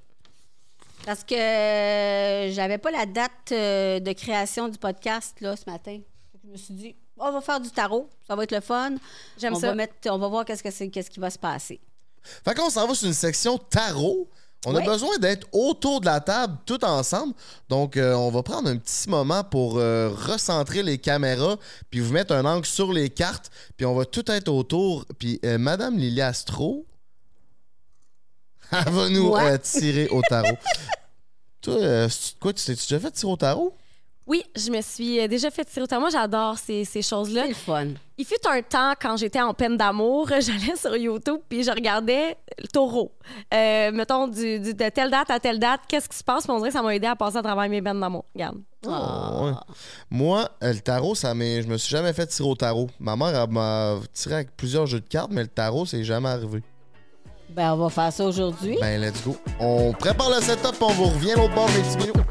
Parce que euh, j'avais pas la date euh, de création du podcast là, ce matin. Fait que Je me suis dit, on va faire du tarot, ça va être le fun.
J'aime
on
ça.
Va mettre, on va voir qu'est-ce que c'est, qu'est-ce qui va se passer.
Fait qu'on s'en va sur une section tarot. On
Ouais.
a besoin d'être autour de la table, tout ensemble. Donc, euh, on va prendre un petit moment pour euh, recentrer les caméras, puis vous mettre un angle sur les cartes, puis on va tout être autour. Puis, euh, Madame Lily Astro, elle va nous
Moi?
euh, tirer au tarot. Toi, euh, c'est- quoi, tu t'es déjà fait tirer au tarot?
Oui, je me suis euh, déjà fait tirer au temps. Moi, j'adore ces, ces choses-là.
C'est le fun.
Il fut un temps, quand j'étais en peine d'amour, j'allais sur YouTube puis je regardais le taureau. Euh, mettons, du, du- de telle date à telle date, qu'est-ce qui se passe? Puis on dirait que ça m'a aidé à passer à travers mes peines d'amour. Regarde.
Oh,
Ah.
Ouais. Moi, euh, le tarot, ça m'est- je me suis jamais fait tirer au tarot. Ma mère elle m'a tiré avec plusieurs jeux de cartes, mais le tarot, c'est jamais arrivé.
Ben, on va faire ça aujourd'hui.
Ben, let's go. On prépare le setup, on vous revient l'autre bord, mes petits minous.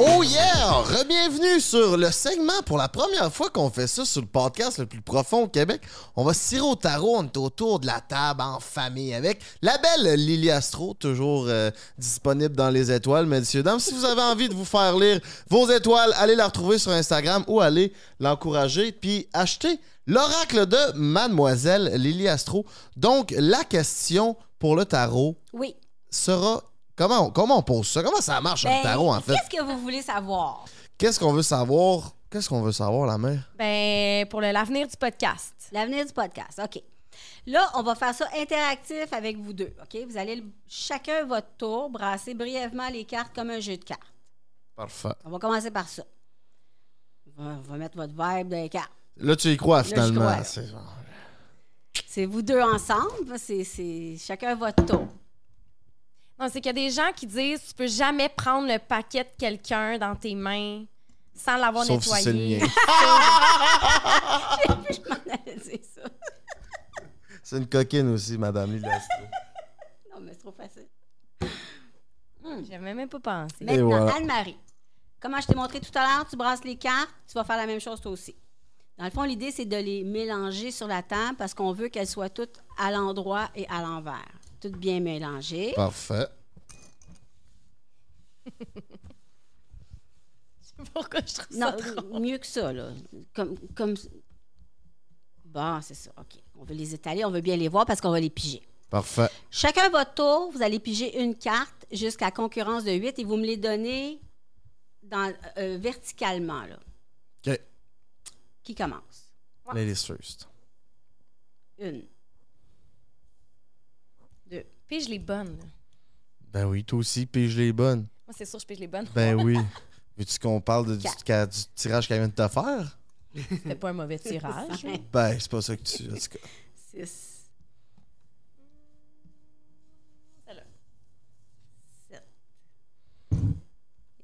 Oh yeah! Rebienvenue sur le segment. Pour la première fois qu'on fait ça sur le podcast le plus profond au Québec, on va se tirer au tarot. On est autour de la table en famille avec la belle Lily Astro, toujours euh, disponible dans les étoiles, messieurs, dames. Si vous avez envie de vous faire lire vos étoiles, allez la retrouver sur Instagram ou allez l'encourager puis achetez l'oracle de Mademoiselle Lily Astro. Donc, la question pour le tarot
Oui.
sera comment on, comment on pose ça? Comment ça marche
Ben,
le tarot en fait?
Qu'est-ce que vous voulez savoir?
Qu'est-ce qu'on veut savoir? Qu'est-ce qu'on veut savoir, la mère?
Ben, pour le- l'avenir du podcast.
L'avenir du podcast, OK. Là, on va faire ça interactif avec vous deux, OK? Vous allez le- chacun votre tour brasser brièvement les cartes comme un jeu de cartes.
Parfait.
On va commencer par ça. On va, on va mettre votre vibe dans les cartes.
Là, tu y crois
j'y
finalement.
crois.
C'est-
C'est vous deux ensemble, c'est- c'est chacun votre tour.
Non, c'est qu'il y a des gens qui disent tu peux jamais prendre le paquet de quelqu'un dans tes mains sans l'avoir
Sauf si
nettoyé.
c'est le mien.
Je m'en allais dire ça.
C'est une coquine aussi, madame Lily Astro.
Non, mais c'est trop facile.
J'avais même pas pensé.
Maintenant,
voilà.
Anne-Marie, comme je t'ai montré tout à l'heure, tu brasses les cartes, tu vas faire la même chose toi aussi. Dans le fond, l'idée, c'est de les mélanger sur la table parce qu'on veut qu'elles soient toutes à l'endroit et à l'envers. Toutes bien mélangées.
Parfait.
Pourquoi je trouve
Non,
ça drôle?
mieux que ça, là. Comme, comme... Bon, c'est ça, OK. On veut les étaler, on veut bien les voir parce qu'on va les piger.
Parfait.
Chacun votre tour, vous allez piger une carte jusqu'à concurrence de 8 et vous me les donnez dans, euh, verticalement, là.
OK.
Qui commence?
Ladies first.
Une. Deux.
Pige les bonnes. là.
Ben oui, toi aussi, pige les bonnes.
Moi, c'est sûr, je pige les bonnes.
Ben oui. Veux-tu qu'on parle de- du,
Quatre.
ca- du tirage qu'elle vient de te faire?
C'était pas un mauvais tirage.
Cinq.
Ben, c'est pas ça que tu. en tout cas.
Six.
Celle-là.
Sept.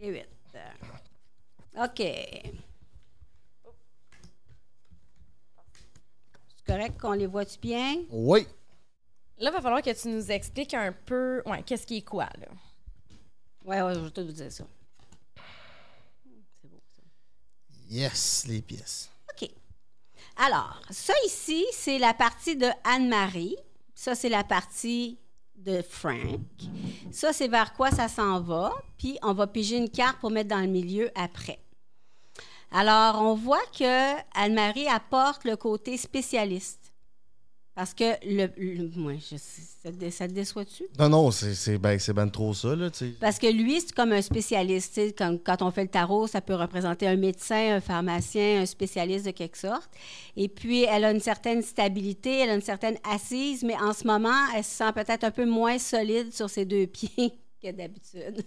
Et huit. OK. C'est correct qu'on les voit-tu bien?
Oui.
Là, va falloir que tu nous expliques un peu ouais, qu'est-ce qui est quoi. Là.
Ouais, ouais, je vais tout vous dire ça. C'est beau, ça.
Yes, les pièces.
OK. Alors, ça ici, c'est la partie de Anne-Marie. Ça, c'est la partie de Frank. Ça, c'est vers quoi ça s'en va. Puis, on va piger une carte pour mettre dans le milieu après. Alors, on voit que Anne-Marie apporte le côté spécialiste. Parce que le. le- moi, je, ça te dé- ça te déçoit-tu?
Non, non, c'est c'est ben, c'est ben trop ça, là, tu sais.
Parce que lui, c'est comme un spécialiste. tu sais, Quand, quand on fait le tarot, ça peut représenter un médecin, un pharmacien, un spécialiste de quelque sorte. Et puis, elle a une certaine stabilité, elle a une certaine assise, mais en ce moment, elle se sent peut-être un peu moins solide sur ses deux pieds que d'habitude.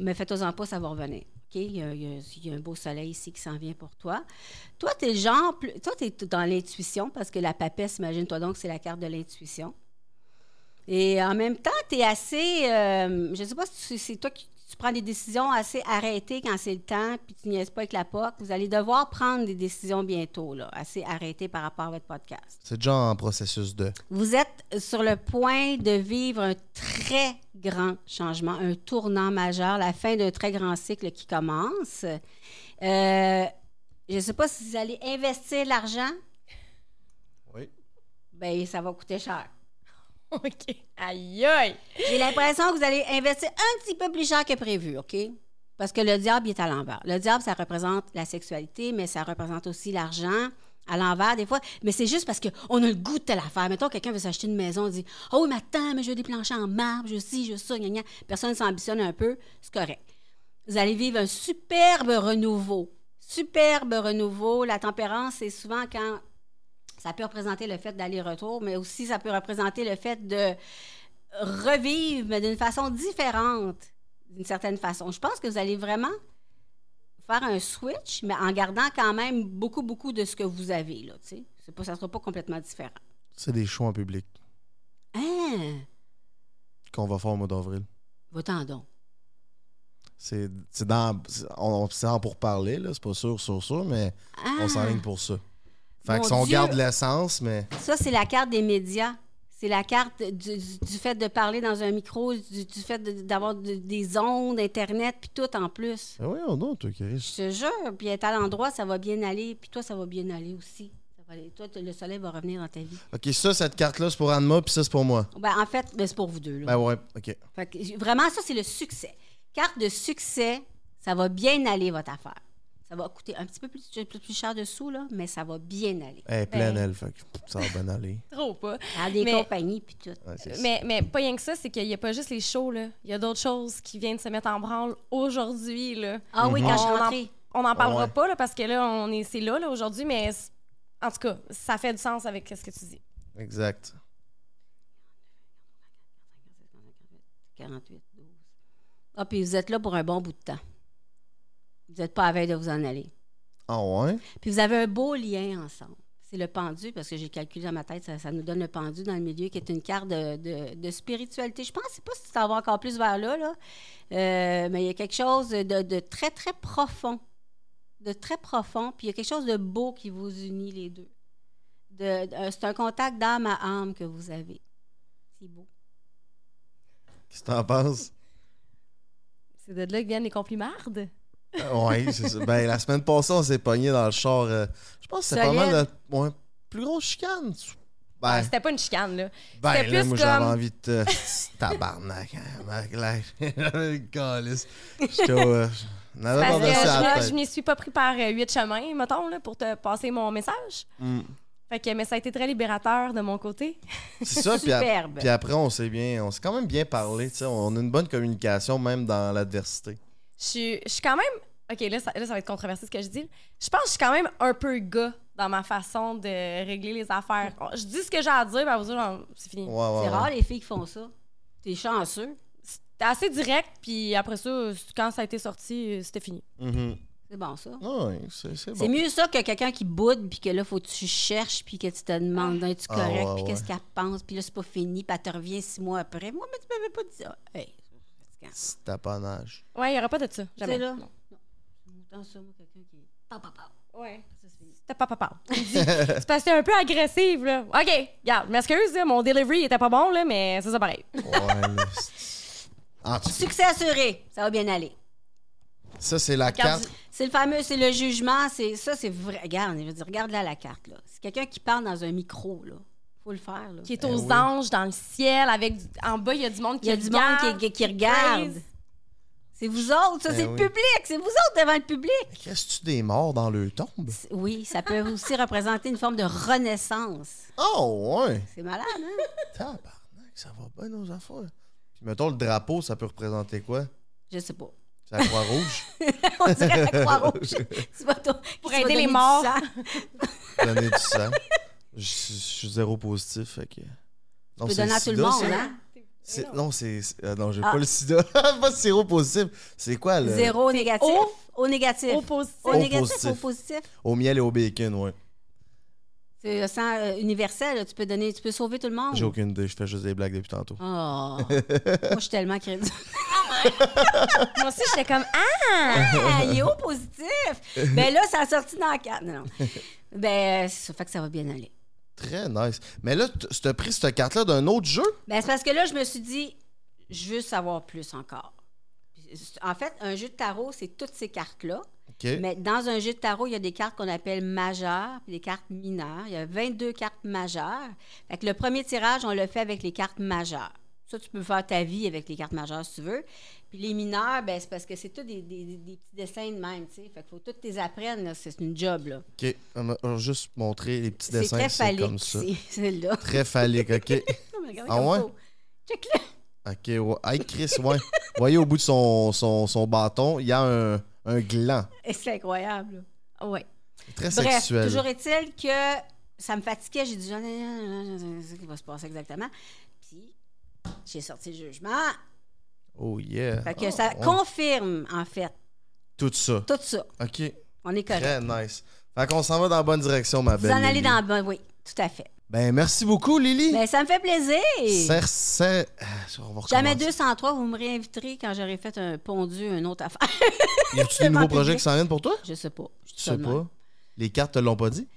Mais fais-toi-en pas, ça va revenir. OK? Il y, a, il y a- il y a un beau soleil ici qui s'en vient pour toi. Toi, t'es le genre... plus- Toi, t'es t- dans l'intuition, parce que la papesse, imagine-toi donc, c'est la carte de l'intuition. Et en même temps, tu es assez. euh, je sais pas si tu- c'est toi qui tu prends des décisions assez arrêtées quand c'est le temps, puis tu niaises pas avec la POC. Vous allez devoir prendre des décisions bientôt, là, assez arrêtées par rapport à votre podcast.
C'est déjà en processus de.
Vous êtes sur le point de vivre un très grand changement, un tournant majeur, la fin d'un très grand cycle qui commence. Euh, je ne sais pas si vous allez investir l'argent,
Oui.
ben ça va coûter cher.
OK. Aïe, aïe.
J'ai l'impression que vous allez investir un petit peu plus cher que prévu, OK? Parce que le diable il est à l'envers. Le diable, ça représente la sexualité, mais ça représente aussi l'argent à l'envers des fois. Mais c'est juste parce qu'on a le goût de telle affaire. Mettons, quelqu'un veut s'acheter une maison, on dit « Oh, mais attends, mais je veux des planchers en marbre, je veux ci, je veux ça, gna, gna. Personne s'ambitionne un peu, c'est correct. Vous allez vivre un superbe renouveau. Superbe renouveau. La tempérance, c'est souvent quand ça peut représenter le fait d'aller-retour, mais aussi ça peut représenter le fait de revivre, mais d'une façon différente, d'une certaine façon. Je pense que vous allez vraiment faire un switch, mais en gardant quand même beaucoup, beaucoup de ce que vous avez, là, tu sais. C'est pas- Ça sera pas complètement différent.
C'est des shows en public
Hein?
qu'on va faire au mois d'avril.
Va-t'en donc.
C'est c'est dans. c'est- On, on c'est en pour parler, là. C'est pas sûr, sûr, sûr, mais
Ah!
on s'enligne pour ça. Fait
Mon
que si on
Dieu!
garde l'essence, mais.
Ah! Ça, c'est la carte des médias. C'est la carte du, du- du fait de parler dans un micro, du, du fait de- d'avoir de- des ondes, Internet, puis tout en plus.
Ah oui, on a, toi,
Je
Chris.
te jure, puis être à l'endroit, ça va bien aller, puis toi, ça va bien aller aussi. Ça va aller- Toi, t- le soleil va revenir dans ta vie.
Ok, ça, cette carte-là, c'est pour Anma, puis ça, c'est pour moi.
Ben, en fait, ben, c'est pour vous deux. Là.
Ben ouais, ok.
Fait que, j- vraiment, ça, c'est le succès. Carte de succès, ça va bien aller, votre affaire. Ça va coûter un petit peu plus, plus- plus cher dessous, là, mais ça va bien aller.
Elle est pleine,
Ben.
elle, fait que ça va bien aller.
Trop pas.
À des
Mais-
compagnies, puis tout.
Ouais, c'est ça.
Mais, mais pas rien que ça, c'est qu'il n'y a pas juste les shows, là. Il y a d'autres choses qui viennent se mettre en branle aujourd'hui, là.
Ah oui, quand je suis
On en-
rentrée.
On n'en parlera
Ouais.
pas, là, parce que là, on est, c'est là, là, aujourd'hui, mais c'est- en tout cas, ça fait du sens avec ce que tu dis.
Exact.
48, 12. Ah, puis vous êtes là pour un bon bout de temps. Vous n'êtes pas à veille de vous en aller.
Ah ouais?
Puis vous avez un beau lien ensemble. C'est le pendu, parce que j'ai calculé dans ma tête, ça, ça nous donne le pendu dans le milieu, qui est une carte de, de- de spiritualité. Je pense, je sais pas si tu t'en vas encore plus vers là, là. Euh, mais il y a quelque chose de, de très, très profond. De très profond. Puis il y a quelque chose de beau qui vous unit les deux. De- de- c'est un contact d'âme à âme que vous avez. C'est beau.
Qu'est-ce que t'en penses?
C'est de là que viennent les complimardes.
Oui, c'est ça. Ben, la semaine passée, on s'est pogné dans le char. euh, je pense que c'est pas
Solide.
mal notre ouais, plus grosse chicane. tu-
Ouais,
Ben,
C'était pas une chicane, là.
ben là,
c'était plus
moi, j'avais
comme-
envie de te. Tabarnak, hein, ma claque. Calisse. J'étais au. euh, On avait
Parce
pas
que
versé à la
je, je
tête.
m'y suis pas pris par euh, huit chemins, mettons, là, pour te passer mon message.
Mm.
Fait que, mais ça a été très libérateur de mon côté.
C'est ça, puis, a-
Superbe.
puis après, on s'est bien. On s'est quand même bien parlé. tu sais, On a une bonne communication, même dans l'adversité.
Je suis- je suis quand même. OK, là ça, là, ça va être controversé ce que je dis. Je pense que je suis quand même un peu gars dans ma façon de régler les affaires. Je dis ce que j'ai à dire, ben, vous autres, on- c'est fini.
Ouais, ouais,
C'est
ouais.
rare les filles qui font ça. T'es chanceux.
C'était assez direct, puis après ça, c- quand ça a été sorti, euh, c'était fini.
Mhm.
C'est bon ça.
Ouais, c'est c'est
C'est
bon.
mieux ça que quelqu'un qui boude puis que là faut que tu cherches puis que tu te demandes d'un tu
Ah,
correct
ouais,
puis
ouais.
qu'est-ce qu'elle pense puis là c'est pas fini puis elle te revient six mois après. Moi mais tu m'avais pas dit ça. Hey, c'est fatigant.
C'est taponnage.
Ouais, il n'y aura pas de ça. Jamais.
C'est là.
Non.
Non. Autant ça moi quelqu'un qui pa, pa, pa.
Ouais.
Ça, c'est fini.
C'était pas papa. C'est parce que t'es un peu agressive, là. OK, regarde, je m'excuse, là, mon delivery était pas bon, là, mais c'est ça pareil.
Ouais, là, c'est- En tout cas,
Succès assuré, ça va bien aller.
ça, c'est la
Regarde,
carte.
C'est le fameux, c'est le jugement, c'est ça, c'est vrai. Regarde, je veux dire, regarde là la carte là. C'est quelqu'un qui parle dans un micro là. Faut le faire là.
Qui est
Eh
aux
oui.
anges, dans le ciel, avec. du- En bas, il y a du monde
Il
qui
y a du monde qui-
regarde.
qui, qui regarde.
Please.
C'est vous autres, ça,
Ben
c'est le
oui.
public, c'est vous autres devant le public.
Qu'est-ce que tu des morts dans le tombe?
C'est- Oui, ça peut aussi représenter une forme de renaissance.
Oh, ouais!
C'est malade, hein?
Tabarnak, ça va bien nos affaires. Puis mettons, le drapeau, ça peut représenter quoi?
Je sais pas.
C'est la Croix-Rouge?
On dirait la Croix-Rouge. tu vas t'au-
Pour
tu vas
aider
donner
les
du
morts.
sang.
Donner du sang. Je suis- je suis zéro positif, fait que...
Tu
Non,
peux
c'est
donner à tout le
sida,
monde,
ça?
hein?
C'est- Non, c'est... c'est- euh, non, j'ai
Ah.
pas le sida. pas de zéro positif. C'est quoi, le...
Zéro négatif.
O-
Au négatif.
Au positif.
Au
Au
négatif,
positif.
au positif.
Au miel et au bacon, ouais.
C'est le sang euh, universel, là. tu peux donner, tu peux sauver tout le monde.
J'ai aucune idée, je fais juste des blagues depuis tantôt.
Oh. Moi, je suis tellement crédule.
Moi aussi, j'étais comme Ah!
Ah, il est au positif. Mais là, ça a sorti dans la carte. Non, non. Ben, ça fait que ça va bien aller.
Très nice. Mais là, tu as pris cette carte-là d'un autre jeu?
Ben, c'est parce que là, je me suis dit, je veux savoir plus encore. En fait, un jeu de tarot, c'est toutes ces cartes-là.
OK.
Mais dans un jeu de tarot, il y a des cartes qu'on appelle majeures puis des cartes mineures. Il y a 22 cartes majeures. Fait que le premier tirage, on le fait avec les cartes majeures. Ça, tu peux faire ta vie avec les cartes majeures si tu veux. Puis les mineurs, ben, c'est parce que c'est tout des, des- des- des petits dessins de même, tu sais. Fait qu'il faut toutes les apprendre, là. C'est une job, là.
OK. On va- on va juste montrer les petits
C'est
dessins,
très
c'est comme
phallique,
ça.
c'est- celle-là.
Très phallique, OK. Ah ouais?
Check-le.
Ok, ouais. Hey, Chris, ouais. Voyez au bout de son, son, son bâton, il y a un, un gland.
Et C'est incroyable, là.
Ouais.
Très
Bref,
sexuel.
toujours est-il que ça me fatiguait. J'ai dit, j'en ai- j'en ai- j'en ai- c'est ce qui va se passer exactement. Puis, J'ai sorti le jugement.
Oh yeah.
Fait que
Ah,
ça
on-
confirme, en fait,
Tout ça.
tout ça.
OK.
On est correct.
Très nice. Fait qu'on s'en va dans la bonne direction, ma
Vous
belle.
en allez
Lily.
dans Ben le bon, oui, tout à fait.
Ben, merci beaucoup, Lily.
Mais ça me fait plaisir.
Cer- cer- Ah, on va
Jamais
recommencer.
203, vous me réinviterez quand j'aurai fait un pondu, une autre affaire.
Y a-tu des nouveaux
Tellement
projets
public.
qui s'en viennent pour toi?
Je sais pas. Je dis
Je
ça
sais
de
pas.
même.
Les cartes te l'ont pas dit?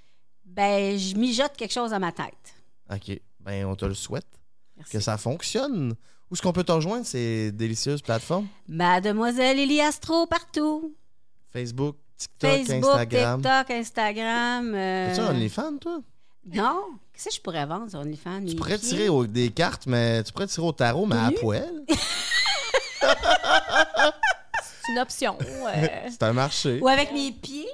Ben, je mijote quelque chose à ma tête.
OK. Ben, on te le souhaite.
Merci.
Que ça fonctionne. Où est-ce qu'on peut te rejoindre, ces délicieuses plateformes?
Mademoiselle Elie Astro partout.
Facebook, TikTok,
Facebook,
Instagram.
TikTok, Instagram. euh,
T'as-tu un OnlyFans, toi?
Non. Qu'est-ce que je pourrais vendre sur OnlyFans?
Tu pourrais tirer au- des cartes, mais tu pourrais tirer au tarot, mais à poil.
C'est une option. euh,
C'est un marché.
Ou avec mes pieds.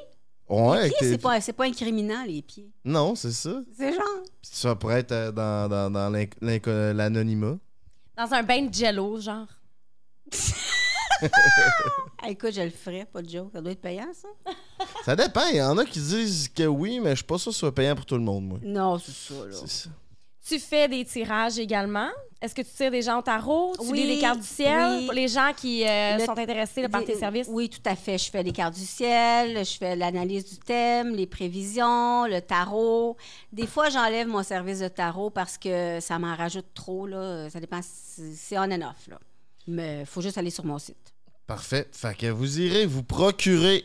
Ouais,
Pieds,
avec tes-
c'est pas, c'est pas incriminant, les pieds.
Non, c'est ça.
C'est genre.
Puis ça pourrait être euh, dans, dans, dans l'inc- l'inc- euh, l'anonymat.
dans un bain de jello, genre.
Ah, écoute, je le ferais, pas de joke. Ça doit être payant, ça?
Ça dépend. Il y en a qui disent que oui, mais je suis pas sûr que ce soit payant pour tout le monde, moi.
Non, c'est ça, là.
C'est ça.
Tu fais des tirages également. Est-ce que tu tires des gens au tarot? Tu
Oui,
lis les cartes du ciel?
oui.
Pour les gens qui euh,
Le-
sont intéressés là, par tes
Des-
services?
Oui, tout à fait. Je fais les cartes du ciel, je fais l'analyse du thème, les prévisions, le tarot. Des fois, j'enlève mon service de tarot parce que ça m'en rajoute trop. Là. Ça dépend, si- c'est on and off. Là. Mais il faut juste aller sur mon site.
Parfait. Fait que vous irez vous procurer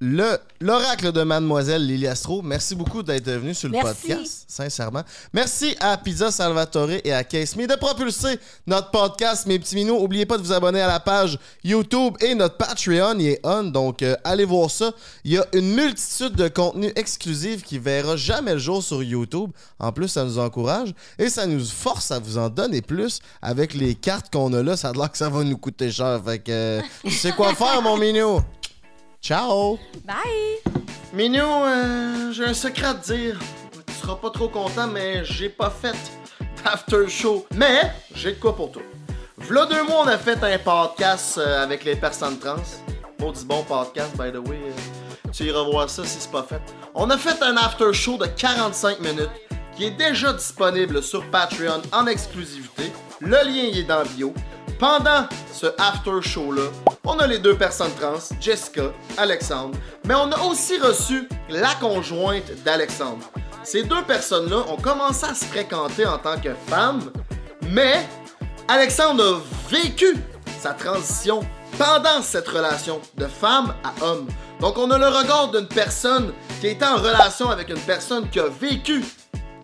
le l'oracle de Mademoiselle Lily Astro. Merci beaucoup d'être venu sur le
Merci.
podcast, sincèrement. Merci à Pizza Salvatore et à Case Me de propulser notre podcast, mes petits minous. Oubliez pas de vous abonner à la page YouTube et notre Patreon il est on, donc euh, allez voir ça. Il y a une multitude de contenus exclusifs qui verra jamais le jour sur YouTube. En plus, ça nous encourage et ça nous force à vous en donner plus avec les cartes qu'on a là. Ça a l'air que ça va nous coûter cher. Fait que euh, tu sais quoi faire, mon minou. Ciao!
Bye!
Minou, euh, j'ai un secret à te dire. Tu seras pas trop content, mais j'ai pas fait d'after show. Mais j'ai de quoi pour toi. V'là deux mois, on a fait un podcast euh, avec les personnes trans. Maudit bon podcast, by the way. euh, tu iras voir ça si c'est pas fait. On a fait un after show de 45 minutes qui est déjà disponible sur Patreon en exclusivité. Le lien il est dans bio. Pendant ce after show-là, on a les deux personnes trans, Jessica, Alexandre, mais on a aussi reçu la conjointe d'Alexandre. Ces deux personnes-là ont commencé à se fréquenter en tant que femmes, mais Alexandre a vécu sa transition pendant cette relation de femme à homme. Donc on a le regard d'une personne qui est en relation avec une personne qui a vécu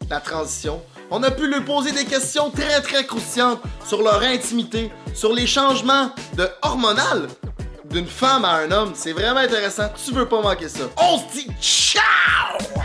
la transition. On a pu lui poser des questions très très croustillantes sur leur intimité, sur les changements de hormonal d'une femme à un homme. C'est vraiment intéressant. Tu veux pas manquer ça. On se dit ciao!